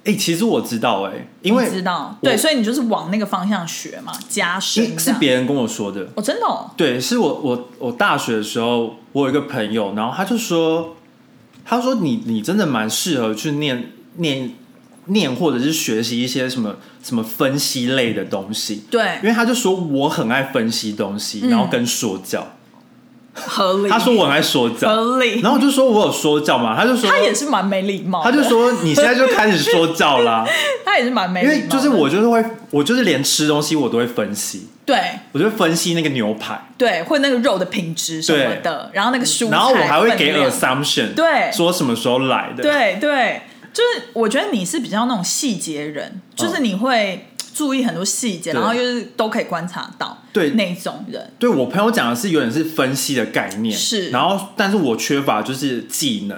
S2: 哎、其实我知道哎、因
S1: 你
S2: 为
S1: 知道
S2: 我
S1: 对，所以你就是往那个方向学嘛，加深
S2: 是
S1: 这
S2: 是
S1: 样。
S2: 别人跟我说的。
S1: 哦，真的哦，
S2: 对，是我我我大学的时候，我有一个朋友，然后他就说，他说你你真的蛮适合去念念念或者是学习一些什么什么分析类的东西，
S1: 对
S2: 因，为他就说我很爱分析东西，然
S1: 嗯
S2: 后跟说教，
S1: 合理。
S2: 他说我很爱说教，
S1: 合理，
S2: 然后我就说我有说教嘛，他就说
S1: 哦他也是蛮没礼貌
S2: 他
S1: 的，
S2: 就说你现在就开始说教啦，
S1: (laughs) 他也是蛮没
S2: 因
S1: 礼貌的，
S2: 为就是我就是会我就是连吃东西我都会分析，
S1: 对
S2: 我就会分析那个牛排。
S1: 对，或那个肉的品质什么的，然后那个蔬菜，
S2: 然后我还会给
S1: 分量
S2: assumption，
S1: 对
S2: 说什么时候来的，，
S1: 对对，就是我觉得你是比较那种细节人，就是你会注意很多细节，
S2: 嗯对
S1: 然后就是都可以观察到，
S2: 对
S1: 那种人，
S2: 对我朋友讲的是有点是分析的概念，
S1: 是哦
S2: 然后但是我缺乏就是技能，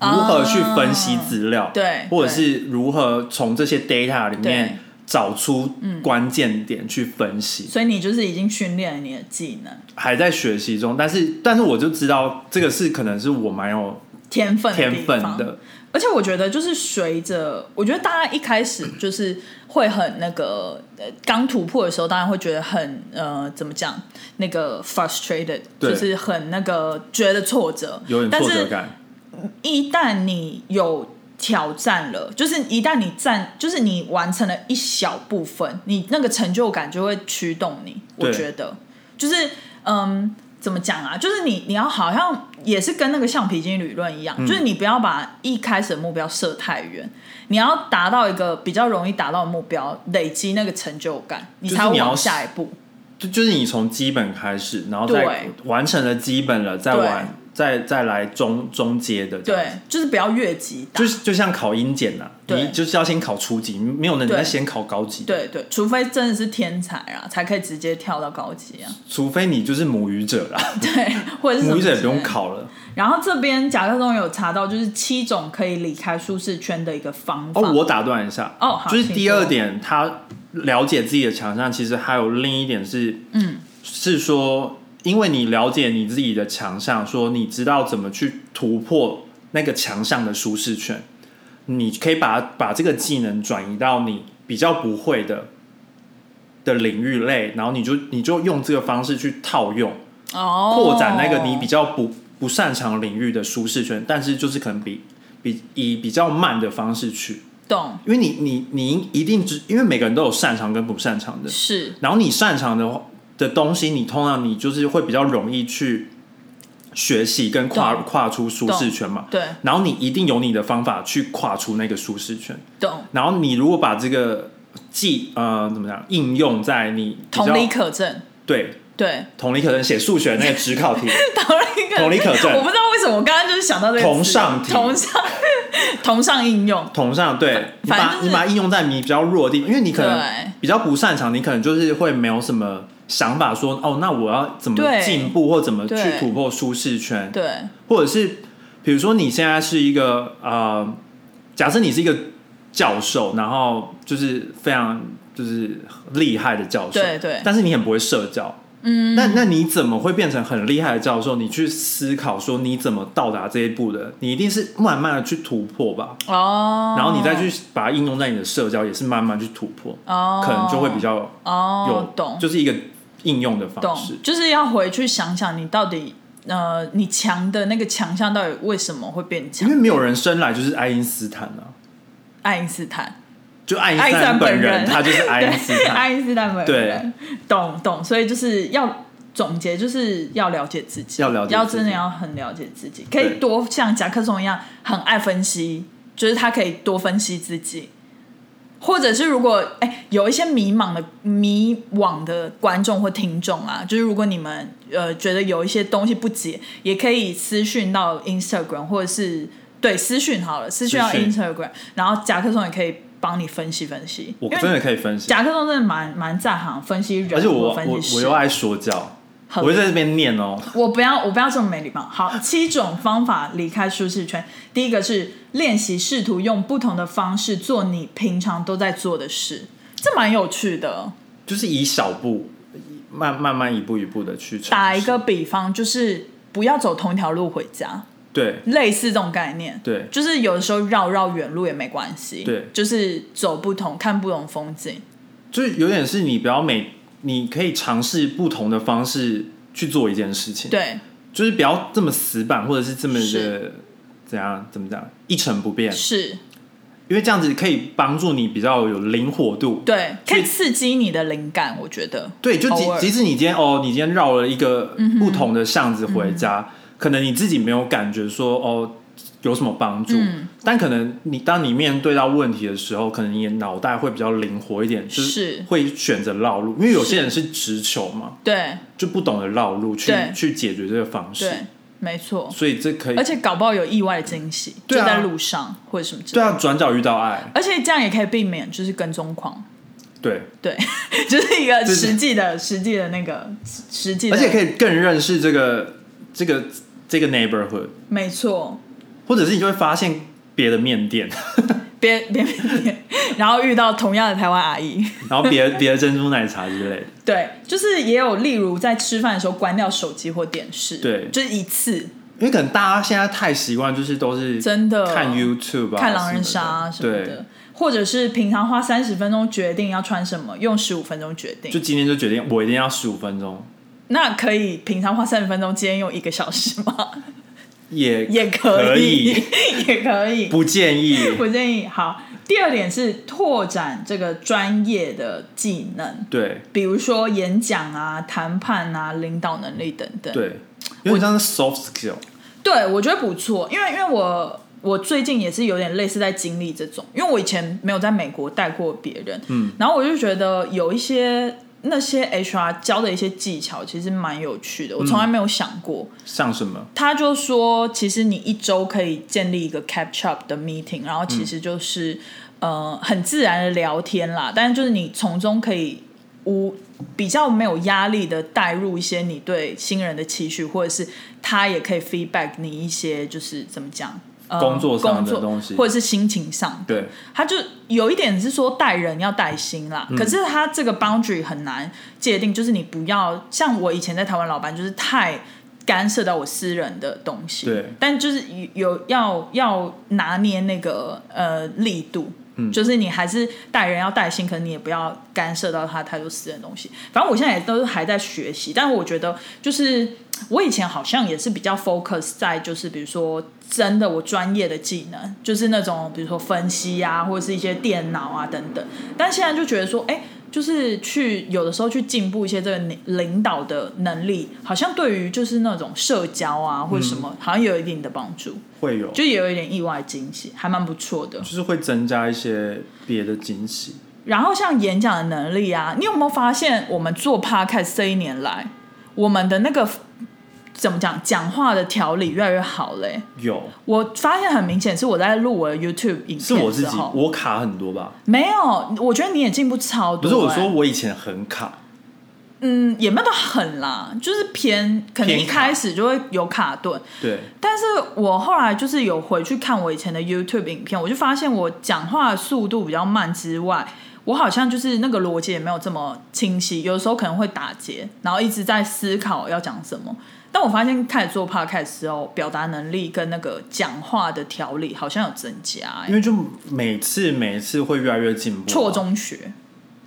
S2: 如何去分析资料，
S1: 对
S2: 或者是如何从这些 data 里
S1: 对
S2: 面找出关键点去分析，
S1: 所以你就是已经训练了你的技能、
S2: 还在学习中，但是但是我就知道这个是可能是我蛮有
S1: 天分的地
S2: 天分
S1: 方
S2: 的，
S1: 而且我觉得，就是随着，我觉得大家一开始就是会很那个，呃，刚突破的时候，当然会觉得很呃，怎么讲，那个 frustrated，
S2: 对
S1: 就是很那个觉得挫折，
S2: 有点
S1: 但
S2: 挫
S1: 是
S2: 折感，
S1: 一旦你有挑战了，就是一旦你站，就是你完成了一小部分，你那个成就感就会驱动你。
S2: 对
S1: 我觉得，就是嗯，怎么讲啊？就是你你要好像也是跟那个橡皮筋理论一样，就是你不要把一开始的目标设太远，你要达到一个比较容易达到的目标，累积那个成就感，你
S2: 就是
S1: 才会
S2: 你要
S1: 往下一步。
S2: 就就是你从基本开始，然后再
S1: 对
S2: 完成了基本了，再
S1: 对
S2: 玩再再来中中阶的这样子，
S1: 对，就是不要越级打。
S2: 就是就像考英检呐、
S1: 对
S2: 你就是要先考初级，没有能力
S1: 对
S2: 再先考高级。，
S1: 对对，除非真的是天才啊，才可以直接跳到高级啊。
S2: 除非你就是母语者啦，
S1: 对， (laughs) 或者是什
S2: 母
S1: 么
S2: 语者也不
S1: 之
S2: 用
S1: 类的。
S2: 考了。
S1: 然后这边甲克中有查到，就是七种可以离开舒适圈的一个方法。
S2: 哦，我打断一下，
S1: 哦好
S2: 就是第二
S1: 请说
S2: 点，他了解自己的强项，其实还有另一点是，
S1: 嗯，
S2: 是说，因为你了解你自己的强项，说你知道怎么去突破那个强项的舒适圈，你可以把把这个技能转移到你比较不会的的领域类，然后你就你就用这个方式去套用，
S1: 哦，
S2: 扩展那个你比较不不擅长领域的舒适圈，但是就是可能比比以比较慢的方式去，
S1: 懂
S2: 因为你你你一定只因为每个人都有擅长跟不擅长的，
S1: 是
S2: 然后你擅长的话的东西，你通常你就是会比较容易去学习跟跨
S1: 懂
S2: 跨出舒适圈嘛。
S1: 对
S2: 然后你一定有你的方法去跨出那个舒适圈。
S1: 懂，
S2: 然后你如果把这个技呃怎么讲应用在你比较
S1: 同理可证，
S2: 对
S1: 对， (laughs)
S2: 同理可能写数学那个职考题，
S1: 同理可
S2: 同理可证
S1: 我不知道为什么我刚刚就是想到这个
S2: 同
S1: 词
S2: 上题
S1: 同上 (laughs) 同上应用，
S2: 同上对，你
S1: 反
S2: 把、
S1: 反正就是
S2: 你把它应用在你比较弱的地方，因为你可能
S1: 对
S2: 比较不擅长，你可能就是会没有什么想法说，哦，那我要怎么
S1: 对
S2: 进步或怎么去
S1: 对
S2: 突破舒适圈，
S1: 对，
S2: 或者是比如说你现在是一个呃，假设你是一个教授，然后就是非常就是厉害的教授，
S1: 对对
S2: 但是你很不会社交。嗯，那那你怎么会变成很厉害的教授？你去思考说你怎么到达这一步的？你一定是慢慢的去突破吧。
S1: 哦，
S2: 然后你再去把它应用在你的社交，也是慢慢去突破，
S1: 哦，
S2: 可能就会比较有、
S1: 哦，懂，
S2: 就是一个应用的方
S1: 懂
S2: 式，。
S1: 就是要回去想想你到底呃，你强的那个强项到底为什么会变
S2: 因
S1: 强
S2: 为？没有人生来就是爱因斯坦啊，
S1: 爱因斯坦，
S2: 就爱因斯
S1: 爱因斯
S2: 坦
S1: 坦
S2: 本
S1: 本人
S2: 他就是爱因斯
S1: 对 (laughs)
S2: 坦。
S1: 爱因斯坦本人，懂懂，所以就是要。总结就是要了解自己，
S2: 要了解自己
S1: 要真的要很了解自己，可
S2: 对
S1: 以多像甲壳虫一样很爱分析，就是他可以多分析自己，或者是如果哎、有一些迷茫的迷惘的观众或听众啊，就是如果你们呃觉得有一些东西不解，也可以私讯到 Instagram 或者是对私讯好了，私讯到
S2: 私讯
S1: Instagram，然后甲壳虫也可以帮你分析分析，
S2: 我
S1: 因为
S2: 真的可以分析，
S1: 甲壳虫真的蛮蛮在行分析人，
S2: 而且我
S1: 分
S2: 我
S1: 析
S2: 我
S1: 事
S2: 又爱说教，我
S1: 很
S2: 会在这边念哦。
S1: 我不要，我不要这么没礼貌。好，七种方法离开舒适圈。第一个是练习试图用不同的方式做你平常都在做的事，这蛮有趣的。
S2: 就是以小步，慢慢慢一步一步的去尝试
S1: 打一个比方，就是不要走同一条路回家，
S2: 对
S1: 类似这种概念。
S2: 对
S1: 就是有的时候绕绕远路也没关系，
S2: 对
S1: 就是走不同，看不同风景。
S2: 就是有点是你不要每，你可以尝试不同的方式去做一件事情。，
S1: 对，
S2: 就是不要这么死板，或者是这么的
S1: 是
S2: 怎样怎么讲一成不变，
S1: 是，
S2: 因为这样子可以帮助你比较有灵活度。
S1: 对，可
S2: 所
S1: 以
S2: 以
S1: 刺激你的灵感，我觉得。
S2: 对，就即
S1: 偶尔嗯
S2: 即使你今天哦，你今天绕了一个不同的巷子回家，可能你自己没有感觉说哦有什么帮助，
S1: 嗯
S2: 但可能你当你面对到问题的时候，可能你的脑袋会比较灵活一点，就是
S1: 是
S2: 会选择绕路，因为有些人是直球嘛，
S1: 对
S2: 就不懂得绕路去
S1: 对
S2: 去解决这个方式，
S1: 对，没错。
S2: 所以这可以
S1: 而且搞不好有意外的惊喜，
S2: 对啊
S1: 就在路上或者什么之类的。
S2: 对啊，转角遇到爱，
S1: 而且这样也可以避免就是跟踪狂，
S2: 对，
S1: 对， (laughs) 就是一个
S2: 就是
S1: 实际的、实际的那个实实际的，
S2: 而且可以更认识这个这个这个 neighborhood，
S1: 没错，
S2: 或者是你就会发现别的面店。 (laughs)
S1: 别别别，然后遇到同样的台湾阿姨， (laughs)
S2: 然后别的别的珍珠奶茶之类的。
S1: 对，就是也有例如在吃饭的时候关掉手机或电视，
S2: 对
S1: 就是一次
S2: 因为可能大家现在太习惯，就是都是
S1: 真的
S2: 看 YouTube 啊、
S1: 看狼人杀啊什么
S2: 对
S1: 的，或者是平常花三十分钟决定要穿什么，用十五分钟决定
S2: 就，今天就决定我一定要十五分钟，
S1: 那可以平常花三十分钟，今天用一个小时吗？ (laughs)
S2: 也
S1: 也
S2: 可
S1: 可以，
S2: 以
S1: (laughs) 也可以，
S2: 不建议。
S1: 不建议。好，第二点是拓展这个专业的技能，
S2: 对
S1: 比如说演讲啊、谈判啊、领导能力等等。
S2: 对，有点像是 soft skill，
S1: 对，我觉得不错，因为因为我我最近也是有点类似在经历这种，因为我以前没有在美国带过别人，嗯，然后我就觉得有一些。那些 HR 教的一些技巧其实蛮有趣的，我从来没有想过。
S2: 像什么？
S1: 他就说，其实你一周可以建立一个 catch up 的 meeting，然后其实就是、呃很自然的聊天啦，但是就是你从中可以无比较没有压力的带入一些你对新人的期许，或者是他也可以 feedback 你一些就是怎么讲。呃
S2: 工作上的
S1: 工作
S2: 东西
S1: 或者是心情上的，
S2: 对
S1: 他就有一点是说带人要带心啦，
S2: 嗯
S1: 可是他这个 boundary 很难界定，就是你不要像我以前在台湾老板，就是太干涉到我私人的东西，
S2: 对
S1: 但就是有有要要拿捏那个呃力度。就是你还是带人要带心，可能你也不要干涉到他太多私人的东西。反正我现在也都是还在学习，但我觉得就是我以前好像也是比较 focus 在就是比如说真的我专业的技能，就是那种比如说分析啊，或者是一些电脑啊等等。但现在就觉得说，哎、就是去有的时候去进步一些这个领领导的能力，好像对于就是那种社交啊或者什么，好像也有一定的帮助，
S2: 会有，
S1: 就也有一点意外惊喜，还蛮不错的。
S2: 就是会增加一些别的惊喜。
S1: 然后像演讲的能力啊，你有没有发现我们做 podcast 这一年来，我们的那个怎么讲，讲话的条理越来越好嘞、
S2: 有，
S1: 我发现很明显是我在录我的 YouTube 影片
S2: 是我
S1: 的
S2: 自
S1: 时
S2: 己
S1: 候，
S2: 我卡很多吧？
S1: 没有，我觉得你也进步超多、
S2: 不是我
S1: 哎
S2: 说，我以前很卡，
S1: 嗯，也没有到很啦，就是偏，可能
S2: 偏
S1: 一
S2: 卡
S1: 开始就会有卡顿，
S2: 对，
S1: 但是我后来就是有回去看我以前的 YouTube 影片，我就发现我讲话的速度比较慢之外，我好像就是那个逻辑也没有这么清晰，有的时候可能会打结，然后一直在思考要讲什么。但我发现开始做 podcast 之后，表达能力跟那个讲话的条理好像有增加、欸
S2: 因，为就每次每次会越来越进步、啊，
S1: 错中学，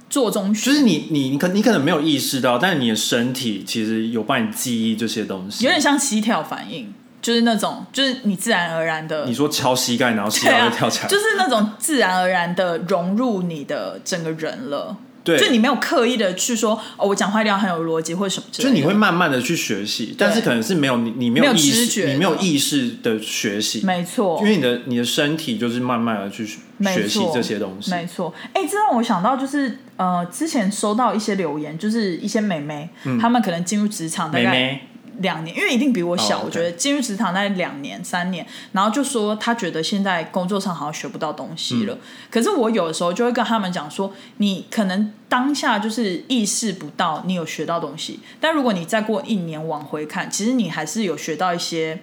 S1: 做中学，
S2: 就是你你你可你可能没有意识到，但是你的身体其实有帮你记忆这些东西。
S1: 有点像膝跳反应，就是那种，就是你自然而然的
S2: 你说敲膝盖，然后膝
S1: 对
S2: 盖
S1: 啊，
S2: 就 (laughs) 跳起来，
S1: 就是那种自然而然的融入你的整个人了。
S2: 对
S1: 就你没有刻意的去说哦，我讲话一定要很有逻辑或什么之类
S2: 就
S1: 的，
S2: 你会慢慢的去学习，但是可能是没有你你没
S1: 没有
S2: 意
S1: 知
S2: 识，
S1: 觉
S2: 你没有
S1: 的
S2: 意识的学习，
S1: 没错，
S2: 因为你的你的身体就是慢慢的去学
S1: 没错
S2: 学习这些东西。
S1: 没错。哎、这让我想到就是呃，之前收到一些留言，就是一些美眉，她、们可能进入职场大
S2: 嗯妹
S1: 概
S2: 妹，
S1: 两年，因为一定比我小，
S2: 哦，OK
S1: 我觉得进入职场大概两年三年，然后就说他觉得现在工作上好像学不到东西
S2: 嗯
S1: 了。可是我有的时候就会跟他们讲说，你可能当下就是意识不到你有学到东西，但如果你再过一年往回看，其实你还是有学到一些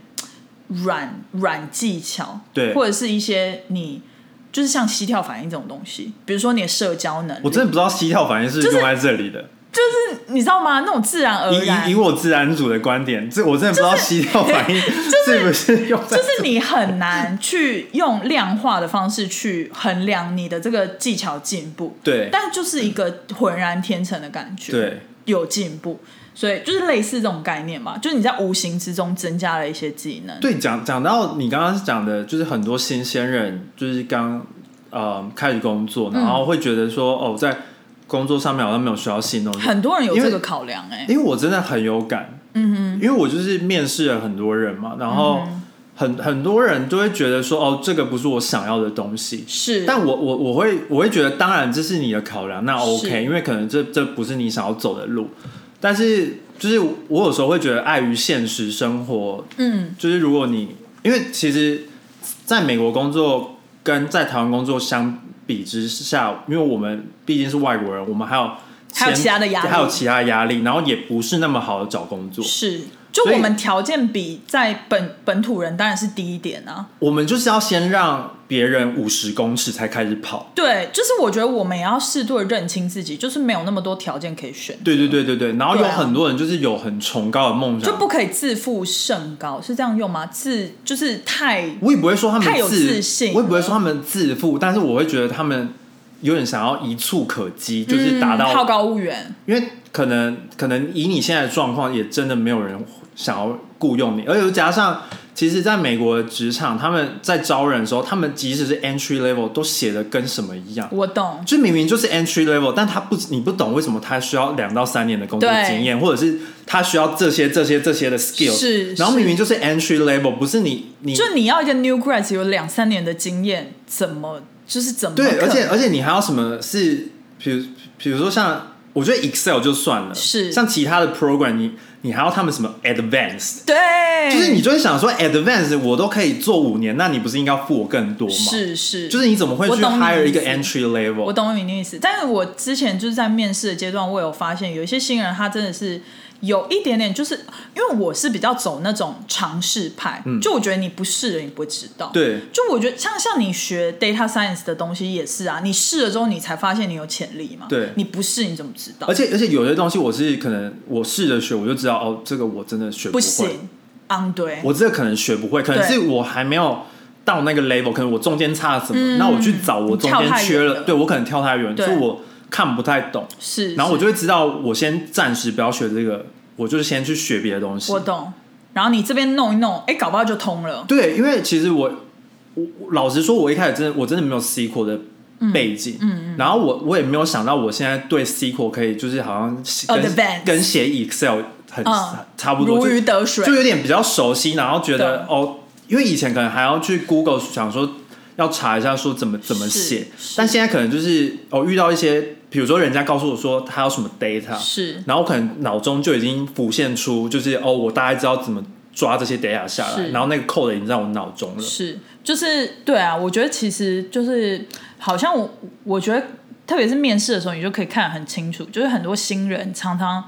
S1: 嘖软软技巧，
S2: 对
S1: 或者是一些你就是像膝跳反应这种东西，比如说你的社交能力，
S2: 我真的不知道膝跳反应是
S1: 就是
S2: 用在这里的。
S1: 你知道吗？那种自然而
S2: 以
S1: 然
S2: 以以我自然组的观点，这我真的不知道膝跳反应是不是用在
S1: (laughs) 就是你很难去用量化的方式去衡量你的这个技巧进步，
S2: 对
S1: 但就是一个浑然天成的感觉，，
S2: 对
S1: 有进步，所以就是类似这种概念嘛，就是你在无形之中增加了一些技能，
S2: 对。讲讲到你刚刚讲的，就是很多新鲜人，就是刚呃开始工作，然后会觉得说、哦，在工作上面好像没有学到新东西，
S1: 很多人有
S2: 因为
S1: 这个考量、欸，哎，
S2: 因为我真的很有感，嗯哼，因为我就是面试了很多人嘛，然后很、很多人就会觉得说，哦，这个不是我想要的东西。
S1: 是，
S2: 但我我我会我会觉得，当然这是你的考量，那
S1: 是
S2: OK，因为可能这这不是你想要走的路。但是就是我有时候会觉得，碍于现实生活，
S1: 嗯，
S2: 就是如果你因为其实在美国工作跟在台湾工作相比之下，因为我们毕竟是外国人，我们还有
S1: 还有
S2: 前
S1: 其他的压力
S2: 还有其他压力，然后也不是那么好的找工作。
S1: 是。就
S2: 所以
S1: 我们条件比在本本土人当然是低一点啊，
S2: 我们就是要先让别人五十公尺才开始跑。
S1: 对，就是我觉得我们也要适度的认清自己，就是没有那么多条件可以选，
S2: 对对对对对，然后有
S1: 对啊
S2: 很多人就是有很崇高的梦想
S1: 就，不可以自负甚高，是这样用吗？自就是太
S2: 我也不会说他们
S1: 太有
S2: 自
S1: 自信了
S2: 我也不会说他们自负，但是我会觉得他们有点想要一触可及，就是达到
S1: 嗯好高骛远，
S2: 因为可能可能以你现在的状况，也真的没有人想要雇佣你，而且又加上，其实在美国的职场，他们在招人的时候，他们即使是 entry level 都写的跟什么一样。
S1: 我懂，
S2: 就明明就是 entry level，但他不，你不懂为什么他需要两到三年的工作
S1: 对
S2: 经验，或者是他需要这些这些这些的 skill。
S1: 是
S2: 然后
S1: 是
S2: 明明就是 entry level，不是你你
S1: 就你要一个 new grad 有两三年的经验，怎么就是怎么可
S2: 对，而且
S1: 能
S2: 而且你还有什么是，比如比如说像，我觉得 Excel 就算了，
S1: 是
S2: 像其他的 program，你你还要他们什么 Advanced，
S1: 对，
S2: 就是你就会想说 Advanced 我都可以做五年，那你不是应该付我更多吗？，
S1: 是是
S2: 就是你怎么会
S1: 我
S2: 去
S1: 懂你
S2: hire
S1: 的
S2: 一个
S1: 意思
S2: entry
S1: 我
S2: level？
S1: 懂你的意思，但是我之前就是在面试的阶段，我有发现有一些新人他真的是有一点点，就是因为我是比较走那种尝试派，就我觉得你不试了你不会知道，
S2: 嗯对
S1: 就我觉得像像你学 data science 的东西也是啊，你试了之后你才发现你有潜力嘛，
S2: 对
S1: 你不试你怎么知道
S2: 而？且而且有些东西我是可能我试着学，我就知道哦，这个我真的学
S1: 不
S2: 会，
S1: 行，嗯，对，
S2: 我这个可能学不会，可能
S1: 对
S2: 是我还没有到那个 level，可能我中间差了什么，那我去找我中
S1: 你
S2: 间
S1: 嗯跳太
S2: 缺
S1: 远
S2: 了，
S1: 了
S2: 对我可能跳太远，
S1: 对
S2: 所以我看不太懂。
S1: 是，
S2: 然后我
S1: 是
S2: 就会知道，我先暂时不要学这个，我就是先去学别的东西
S1: 我。懂，然后你这边弄一弄，哎，搞不好就通了，
S2: 对，因为其实我我我老实说，我一开始真的我真的没有 SQL 的背景，嗯嗯，然后我我也没有想到我现在对 SQL 可以就是好像跟
S1: Advanced
S2: 跟写 Excel 很、
S1: 嗯
S2: 差不多，
S1: 如
S2: 就
S1: 鱼得水
S2: 就，有点比较熟悉，然后觉得
S1: 对
S2: 哦，因为以前可能还要去 Google 想说要查一下说怎么怎么
S1: 是
S2: 写，
S1: 是
S2: 但现在可能就是哦遇到一些比如说人家告诉我说他有什么 data，
S1: 是
S2: 然后我可能脑中就已经浮现出，就是哦，我大概知道怎么抓这些 data 下来，
S1: 是
S2: 然后那个 code 已经在我脑中了。
S1: 是，就是对啊，我觉得其实就是好像我我觉得，特别是面试的时候，你就可以看得很清楚，就是很多新人常常。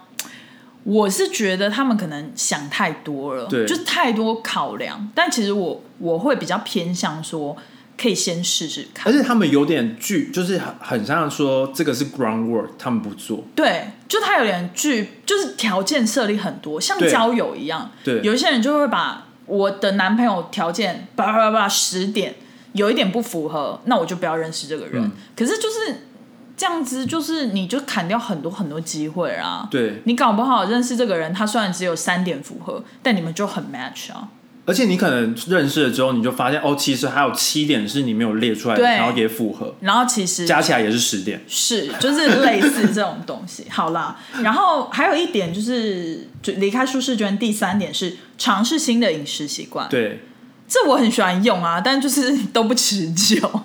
S1: 我是觉得他们可能想太多了，
S2: 对
S1: 就是太多考量。但其实我我会比较偏向说，可以先试试看。
S2: 而且他们有点剧，就是很很像说这个是 groundwork，他们不做。
S1: 对，就他有点具，就是条件设立很多，像
S2: 对
S1: 交友一样。
S2: 对
S1: 有一些人就会把我的男朋友条件叭叭叭叭十点，有一点不符合，那我就不要认识这个人。
S2: 嗯
S1: 可是就是这样子，就是你就砍掉很多很多机会啊。
S2: 对，
S1: 你搞不好认识这个人，他虽然只有三点符合，但你们就很 match 啊。
S2: 而且你可能认识了之后，你就发现哦，其实还有七点是你没有列出来的，
S1: 对
S2: 然后也符合，
S1: 然后其实
S2: 加起来也是十点。
S1: 是，就是类似这种东西。好啦，然后还有一点就是，就离开舒适圈。第三点是尝试新的饮食习惯，
S2: 对，
S1: 这我很喜欢用啊，但就是都不持久。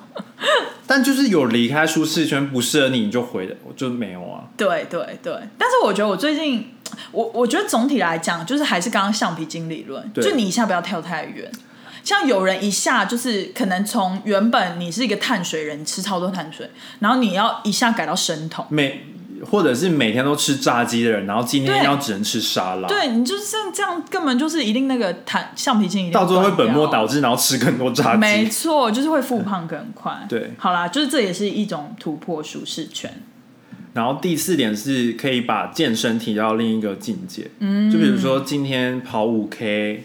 S2: 但就是有离开舒适圈不适合你，你就回的，我就没有啊。
S1: (laughs) 对对对，但是我觉得我最近，我我觉得总体来讲，就是还是刚刚橡皮筋理论，
S2: 对
S1: 就你一下不要跳太远。像有人一下就是可能从原本你是一个碳水人，吃超多碳水，然后你要一下改到生酮，
S2: 每或者是每天都吃炸鸡的人，然后今天
S1: 对
S2: 要只能吃沙拉，
S1: 对你就是这样这样，根本就是一定那个弹橡皮筋一定
S2: 到最后会本末
S1: 断掉
S2: 倒置，然后吃更多炸
S1: 没
S2: 鸡。
S1: 错，就是会复胖更快。
S2: 对
S1: 好啦，就是这也是一种突破舒适圈。
S2: 然后第四点是可以把健身提到另一个境界，嗯，就比如说今天跑五 K，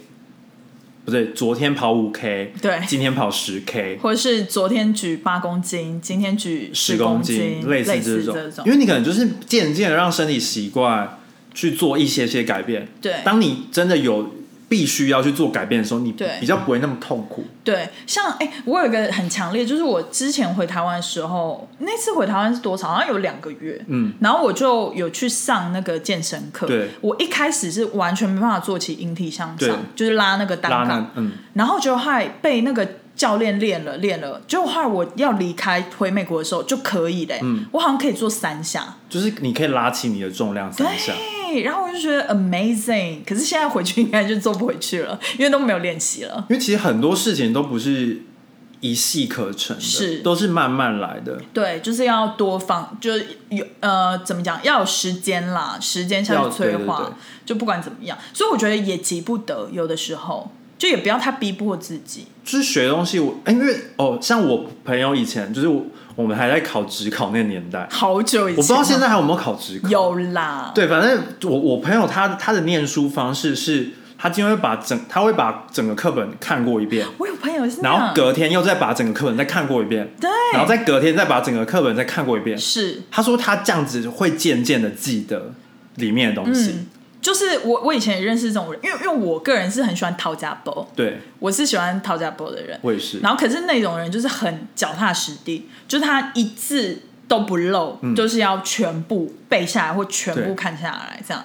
S2: 不对，昨天跑五 K，
S1: 对
S2: 今天跑十 K，
S1: 或者是昨天举八公斤，今天举
S2: 十
S1: 公
S2: 公斤，
S1: 类
S2: 似
S1: 这
S2: 种，因为你可能就是渐渐地让身体习惯去做一些些改变，
S1: 对
S2: 当你真的有必须要去做改变的时候，你
S1: 对
S2: 比较不会那么痛苦，
S1: 对，像哎、我有一个很强烈，就是我之前回台湾的时候，那次回台湾是多少？好像有两个月。
S2: 嗯，
S1: 然后我就有去上那个健身课。
S2: 对
S1: 我一开始是完全没办法做起引体向
S2: 对
S1: 上，就是拉那个单
S2: 拉
S1: 杠
S2: 那，嗯。
S1: 然后就还被那个教练练了练了，就后来我要离开回美国的时候就可以嘞、
S2: 嗯
S1: 我好像可以做三下，
S2: 就是你可以拉起你的重量三下，
S1: 哎，然后我就觉得 amazing，可是现在回去应该就做不回去了，因为都没有练习了。
S2: 因为其实很多事情都不是一气可成的，
S1: 是
S2: 都是慢慢来的。
S1: 对，就是要多放，就是有呃，怎么讲，要有时间啦，时间下
S2: 要
S1: 去催化，
S2: 对对对
S1: 就不管怎么样，所以我觉得也急不得，有的时候就也不要太逼迫自己。
S2: 就是学东西我，哎因为哦，像我朋友以前就是我我们还在考职考那个年
S1: (laughs)
S2: 代，
S1: 好久以前了，
S2: 我不知道现在还有没有考职考。
S1: 有啦，
S2: 对，反正我我朋友他他的念书方式是，他今天会把整他会把整个课本看过一遍，
S1: 我有朋友是那
S2: 然后
S1: 样，
S2: 隔天又再把整个课本再看过一遍，
S1: 对，
S2: 然后再隔天再把整个课本再看过一遍。
S1: 是
S2: 他说他这样子会渐渐的记得里面的东西。
S1: 嗯，就是我我以前也认识这种人，因为因为我个人是很喜欢讨价包，
S2: 对，
S1: 我是喜欢讨价包的人。
S2: 我也是。
S1: 然后可是那种人就是很脚踏实地，就是他一字都不漏，
S2: 嗯
S1: 就是要全部背下来或全部
S2: 对
S1: 看下来这样。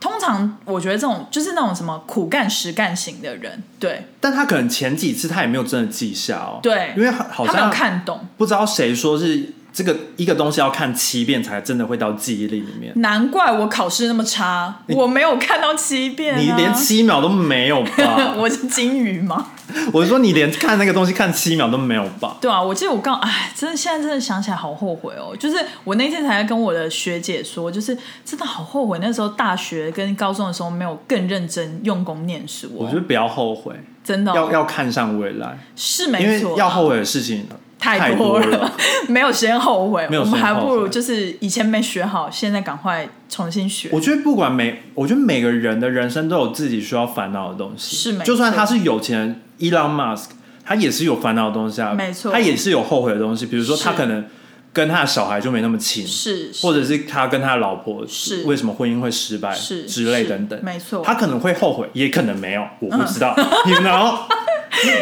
S1: 通常我觉得这种就是那种什么苦干实干型的人，对
S2: 但他可能前几次他也没有真的记下哦。
S1: 对
S2: 因为好好
S1: 他没有
S2: 像
S1: 看懂，
S2: 不知道谁说是这个一个东西要看七遍才真的会到记忆力里面，
S1: 难怪我考试那么差，我没有看到七遍、啊，
S2: 你连啊七秒都没有吧？
S1: (laughs) 我是金鱼吗？
S2: 我是说你连看那个东西看七秒都没有吧？
S1: 对啊，我记得我刚，哎，真的现在真的想起来好后悔哦。就是我那天才跟我的学姐说，就是真的好后悔，那时候大学跟高中的时候没有更认真用功念书、哦。
S2: 我觉得不要后悔，
S1: 真的哦、
S2: 要要看上未来，
S1: 是
S2: 因
S1: 没
S2: 为
S1: 错啊，
S2: 要后悔的事情
S1: 太
S2: 多
S1: 多了，没有时间后悔。
S2: 没有
S1: 我
S2: 时间
S1: 们
S2: 后悔
S1: 还不如就是以前没学好，现在赶快重新学。
S2: 我觉得不管每，我觉得每个人的人生都有自己需要烦恼的东西。
S1: 是没错
S2: 就算他是有钱人，Elon Musk，他也是有烦恼的东西啊。
S1: 没错
S2: 他也是有后悔的东西。比如说，
S1: 是
S2: 他可能跟他的小孩就没那么亲，
S1: 是是
S2: 或者是他跟他的老婆
S1: 是
S2: 为什么婚姻会失败
S1: 是
S2: 之类
S1: 是
S2: 等等。
S1: 没错嗯
S2: 他可能会后悔，也可能没有，我不知道。你
S1: (laughs)
S2: 然后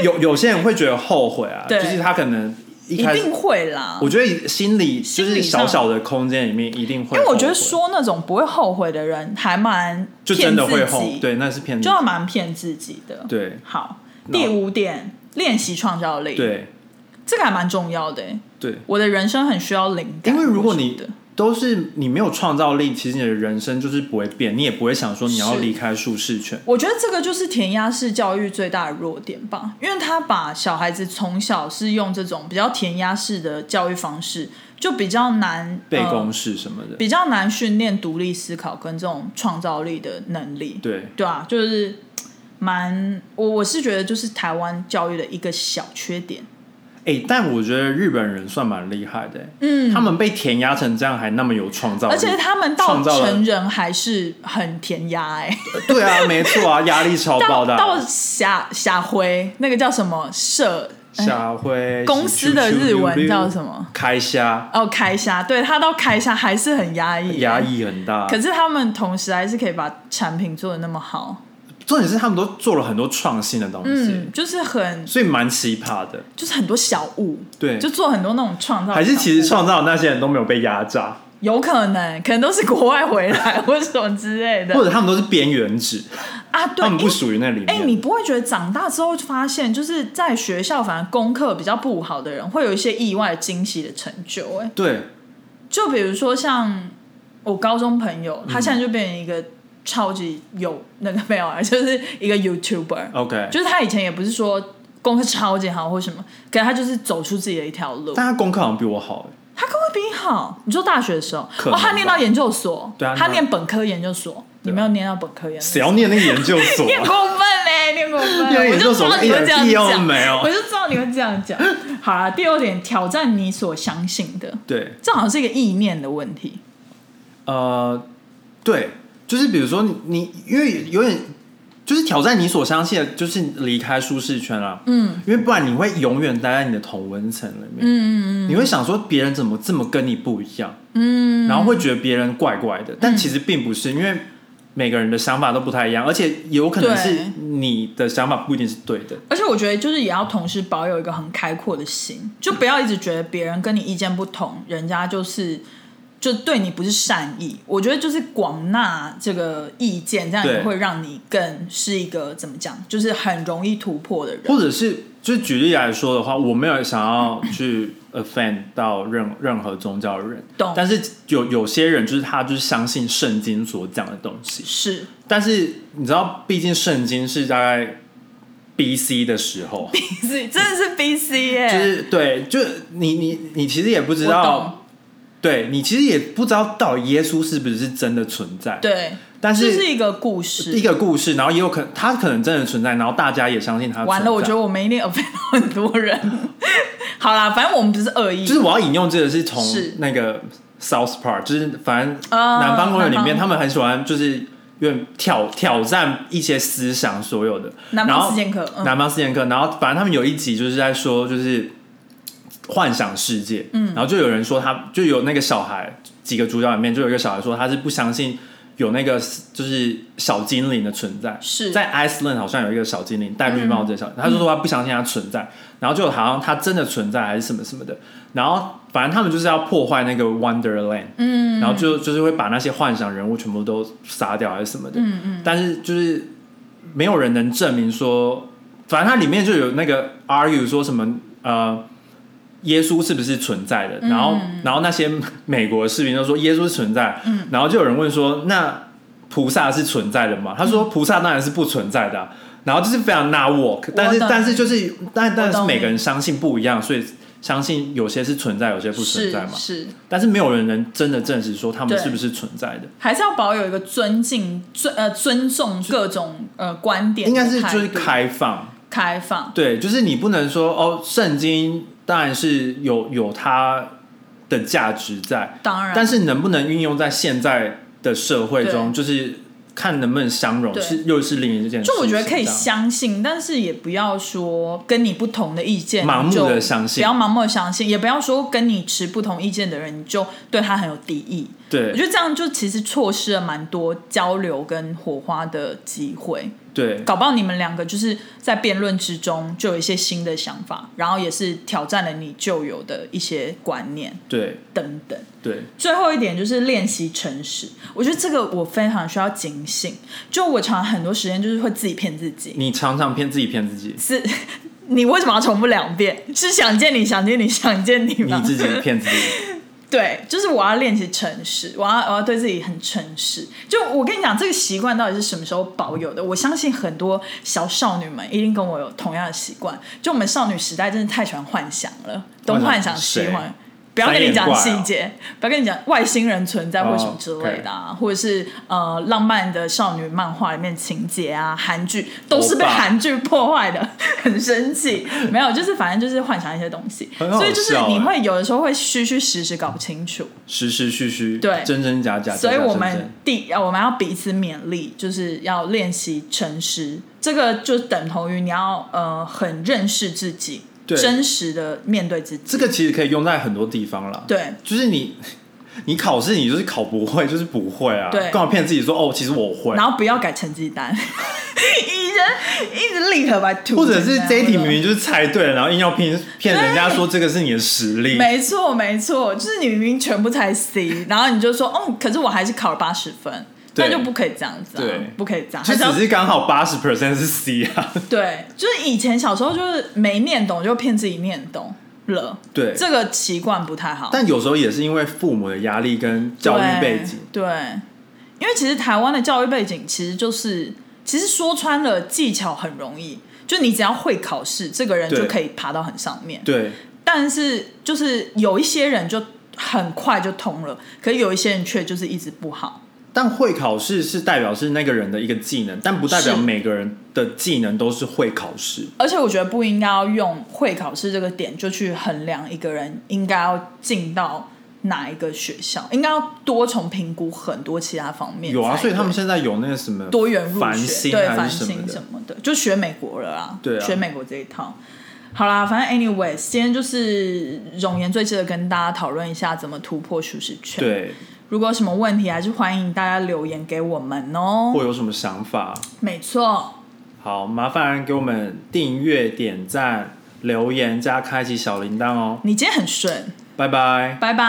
S2: 有有些人会觉得后悔啊，就
S1: 对
S2: 是他可能一
S1: 一
S2: 开始
S1: 定。会啦。
S2: 我觉得心里就
S1: 心
S2: 是
S1: 理
S2: 小
S1: 上
S2: 小的空间里面一定会后悔，
S1: 因为我觉得说那种不会后悔的人，还蛮
S2: 就
S1: 骗
S2: 真的
S1: 自
S2: 会
S1: 己，
S2: 后，对，那是骗自
S1: 就
S2: 己
S1: 要蛮骗自己的。，
S2: 对
S1: 好，
S2: 然
S1: 第
S2: 后
S1: 五点，练习创造力。。
S2: 对
S1: 这个还蛮重要的欸。
S2: 对，
S1: 我的人生很需要灵感，
S2: 因为如果
S1: 我觉
S2: 你
S1: 得
S2: 都是你没有创造力，其实你的人生就是不会变，你也不会想说你要
S1: 是
S2: 离开舒适圈。
S1: 我觉得这个就是填鸭式教育最大的弱点吧，因为他把小孩子从小是用这种比较填鸭式的教育方式，就比较难
S2: 背
S1: 呃
S2: 公式什么的，
S1: 比较难训练独立思考跟这种创造力的能力。
S2: 对，
S1: 对啊，就是蛮我我是觉得就是台湾教育的一个小缺点。
S2: 哎、但我觉得日本人算蛮厉害的、
S1: 嗯，
S2: 他们被填压成这样还那么有创造力，
S1: 而且他们到
S2: 创造了
S1: 成人还是很填鸭哎、
S2: (laughs) 对啊，没错啊，压力超爆
S1: 到 (laughs)
S2: 大。
S1: 到霞霞辉那个叫什么社
S2: 下回
S1: 哎公司的日文叫什么？
S2: 开虾，
S1: 哦开虾，对他到开虾还是很压抑、哎
S2: 压。抑啊很大。
S1: 可是他们同时还是可以把产品做的那么好，
S2: 重点是他们都做了很多创新的东西，
S1: 嗯，就是很
S2: 所以蛮奇葩的。
S1: 就是很多小物，
S2: 对，
S1: 就做很多那种创造小物，
S2: 还是其实创造的那些人都没有被压榨，
S1: 有可能，可能都是国外回来或者什么之类
S2: 或
S1: 的
S2: 者他们都是边缘值，
S1: 啊。对
S2: 他，们
S1: 因
S2: 不
S1: 为
S2: 属于那里
S1: 哎、
S2: 面。
S1: 你不会觉得长大之后就发现，就是在学校反而功课比较不好的人，会有一些意外惊喜的成就、哎，
S2: 对，
S1: 就比如说像我高中朋友，他现在就变成一个超级有那个没有啊， (laughs) 就是一个 YouTuber，、
S2: OK，
S1: 就是他以前也不是说功课超级好或什么，可是他就是走出自己的一条路。
S2: 但他功课好像比我好、欸
S1: 他跟我比你好。你说大学的时候，
S2: 可
S1: 哦
S2: 能，吧
S1: 他念到研究所，
S2: 对啊
S1: 他
S2: 那啊
S1: 念本科研究所，你没有念到本科研究
S2: 谁
S1: 所，
S2: 要念那个研究所、
S1: (laughs) 念
S2: 啊？
S1: 过分嘞，念过分，
S2: 念
S1: 我
S2: 研究
S1: 就知
S2: 所
S1: 道你
S2: 一
S1: 会
S2: 点
S1: 这样
S2: 屁用
S1: 讲，
S2: 没有
S1: 我就知道你会这样讲。好了，第二点，挑战你所相信的，
S2: 对，
S1: 这好像是一个意念的问题。
S2: 呃，对，就是比如说你，你因为有点就是挑战你所相信的，就是离开舒适圈啦、
S1: 嗯，
S2: 因为不然你会永远待在你的同温层里面。嗯嗯嗯，你会想说别人怎么这么跟你不一样？嗯，然后会觉得别人怪怪的，
S1: 嗯
S2: 但其实并不是，因为每个人的想法都不太一样，而且有可能
S1: 对
S2: 是你的想法不一定是对的。
S1: 而且我觉得，就是也要同时保有一个很开阔的心，就不要一直觉得别人跟你意见不同，人家就是就对你不是善意。我觉得就是广纳这个意见，这样
S2: 对
S1: 也会让你更是一个怎么讲，就是很容易突破的人。
S2: 或者是就举例来说的话，我没有想要去 (coughs) offend 到任任何宗教的人，
S1: 懂
S2: 但是有有些人就是他就是相信圣经所讲的东西，
S1: 是 (laughs)
S2: 但是你知道，毕竟圣经是大概 B C 的时候，
S1: 是，真的是 B C 耶、
S2: 就是对，就你你你其实也不知
S1: 哎我
S2: 道
S1: 懂，
S2: 对你其实也不知道到底耶稣是不是真的存在，，
S1: 对，
S2: 但
S1: 这
S2: 是
S1: 是一个故事。
S2: 一个故事，然后也有可能他可能真的存在，然后大家也相信他。
S1: 啊完了，我觉得。我们一定 offend 到很多人。 (laughs) 好啦，反正我们不是恶意，
S2: 就是我要引用这个是从
S1: 是
S2: 那个 South Park，就是反正
S1: 啊
S2: 南方公园里
S1: 南
S2: 面，
S1: 方
S2: 他们很喜欢就是有点挑挑战一些思想所有的。
S1: 南
S2: 然
S1: 方
S2: 后
S1: 四剑客嗯
S2: 南方四剑客，然后反正他们有一集就是在说就是幻想世界，嗯，然后就有人说他就有那个小孩几个主角里面就有一个小孩说他是不相信。有那个就是小精灵的存在，
S1: 是
S2: 在 Iceland 好像有一个小精灵戴绿帽子的小，他就说他不相信它存在，然后就好像它真的存在还是什么什么的，然后反正他们就是要破坏那个 Wonderland，嗯，然后就就是会把那些幻想人物全部都杀掉还是什么的，嗯嗯，但是就是没有人能证明说，反正它里面就有那个 argue 说什么呃。耶稣是不是存在的？然后，然后那些美国士兵都说耶稣是存在。嗯、然后就有人问说：“那菩萨是存在的吗？他说菩萨当然是不存在的啊、然后就是非常 not work，但是
S1: 懂
S2: 但是就是但但是
S1: 懂
S2: 每个
S1: 你
S2: 人相信不一样，所以相信有些是存在，有些不存
S1: 是
S2: 在嘛。
S1: 嗯是。
S2: 但是没有人能真的证实说他们
S1: 对
S2: 是不是存在的，
S1: 还是要保有一个尊敬、尊呃尊重各种呃观点
S2: 应
S1: 的态
S2: 该
S1: 度，
S2: 是就是开放，
S1: 开放，
S2: 对，就是你不能说哦，圣经当然是有有它的价值在，
S1: 当然，
S2: 但是能不能运用在现在的社会中，就是看能不能相容，
S1: 对
S2: 是又是另一件事情。
S1: 就我觉得可以
S2: 这样
S1: 相信，但是也不要说跟你不同的意见
S2: 盲目地
S1: 你就
S2: 相信
S1: 不要盲目的相信，也不要说跟你持不同意见的人你就对他很有敌意。我觉得
S2: 对
S1: 这样就其实错失了蛮多交流跟火花的机会，
S2: 对，
S1: 搞不好你们两个就是在辩论之中就有一些新的想法，然后也是挑战了你旧有的一些观念
S2: 对
S1: 等等。
S2: 对，
S1: 最后一点就是练习诚实，我觉得这个我非常需要警醒。就我常常很多时间就是会自己骗自己，
S2: 你常常骗自己骗自己，
S1: 是你为什么要重复两遍？是想见你，想见你，想见你
S2: 你
S1: 吗？
S2: 自己骗自己，
S1: 对，就是我要练习诚实，我要我要对自己很诚实。就我跟你讲，这个习惯到底是什么时候保有的？我相信很多小少女们一定跟我有同样的习惯。就我们少女时代真的太喜欢幻想了，都幻
S2: 哦
S1: 想喜
S2: 幻想
S1: 欢
S2: 谁。
S1: 不要跟你讲
S2: 三眼怪
S1: 细
S2: 哦
S1: 节，不要跟你讲外星人存在或什么之类的啊或者是呃浪漫的少女漫画里面情节啊，韩剧都是被
S2: 欧巴
S1: 韩剧破坏的， (laughs) 很生气。没有，就是反正就是幻想一些东西，
S2: 很好
S1: 所以就是
S2: 笑
S1: 你
S2: 欸
S1: 会有的时候会虚虚实实搞不清楚。
S2: 实实虚虚，
S1: 对
S2: 真真假假，
S1: 所以
S2: 假假
S1: 我
S2: 真
S1: 们
S2: 真
S1: 第呃我们要彼此勉励，就是要练习诚实。这个就等同于你要呃很认识自己，
S2: 对
S1: 真实的面对自己。
S2: 这个其实可以用在很多地方啦。，
S1: 对
S2: 就是你 (laughs) 你考试，你就是考不会，就是不会啊，
S1: 对
S2: 干嘛骗自己说哦，其实我会，
S1: 然后不要改成绩单， (laughs) 一人一直立刻把图，
S2: 或者是这一题明明就是猜对了，然后硬要骗骗人家说这个是你的实力，
S1: 没错没错，就是你明明全部才 C，然后你就说哦，可是我还是考了八十分，那
S2: 对
S1: 就不可以这样子、啊，
S2: 对
S1: 不可以这样，
S2: 就
S1: 还是要
S2: 只是刚好八十 percent 是 C
S1: (laughs)
S2: 啊，
S1: 对，就是以前小时候就是没念懂就骗自己念懂了，
S2: 对
S1: 这个习惯不太好。
S2: 但有时候也是因为父母的压力跟教育背景，
S1: 对，对因为其实台湾的教育背景其实就是，其实说穿了技巧很容易，就你只要会考试，这个人
S2: 对
S1: 就可以爬到很上面。
S2: 对
S1: 但是就是有一些人就很快就通了，可是有一些人却就是一直不好。
S2: 但会考试是代表是那个人的一个技能，但不代表
S1: 是
S2: 每个人的技能都是会考试。
S1: 而且我觉得不应该要用会考试这个点就去衡量一个人应该要进到哪一个学校，应该要多重评估很多其他方面才对。
S2: 有啊，所以他们现在有那个什么
S1: 多元入
S2: 繁
S1: 学，
S2: 星啊
S1: 对
S2: 还
S1: 繁
S2: 是什么
S1: 星
S2: 的
S1: 什，么的，就学美国了啦，
S2: 对啊
S1: 学美国这一套。好啦，反正 anyways，今天就是容颜最值得跟大家讨论一下怎么突破舒适圈。，
S2: 对，
S1: 如果有什么问题，还是欢迎大家留言给我们
S2: 或
S1: 哦。
S2: 有什么想法，
S1: 没错，
S2: 好，麻烦给我们订阅、点赞、留言加开启小铃铛哦，
S1: 你今天很顺，
S2: 拜拜。
S1: 拜拜。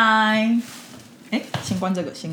S1: 哎，先关这个，先关。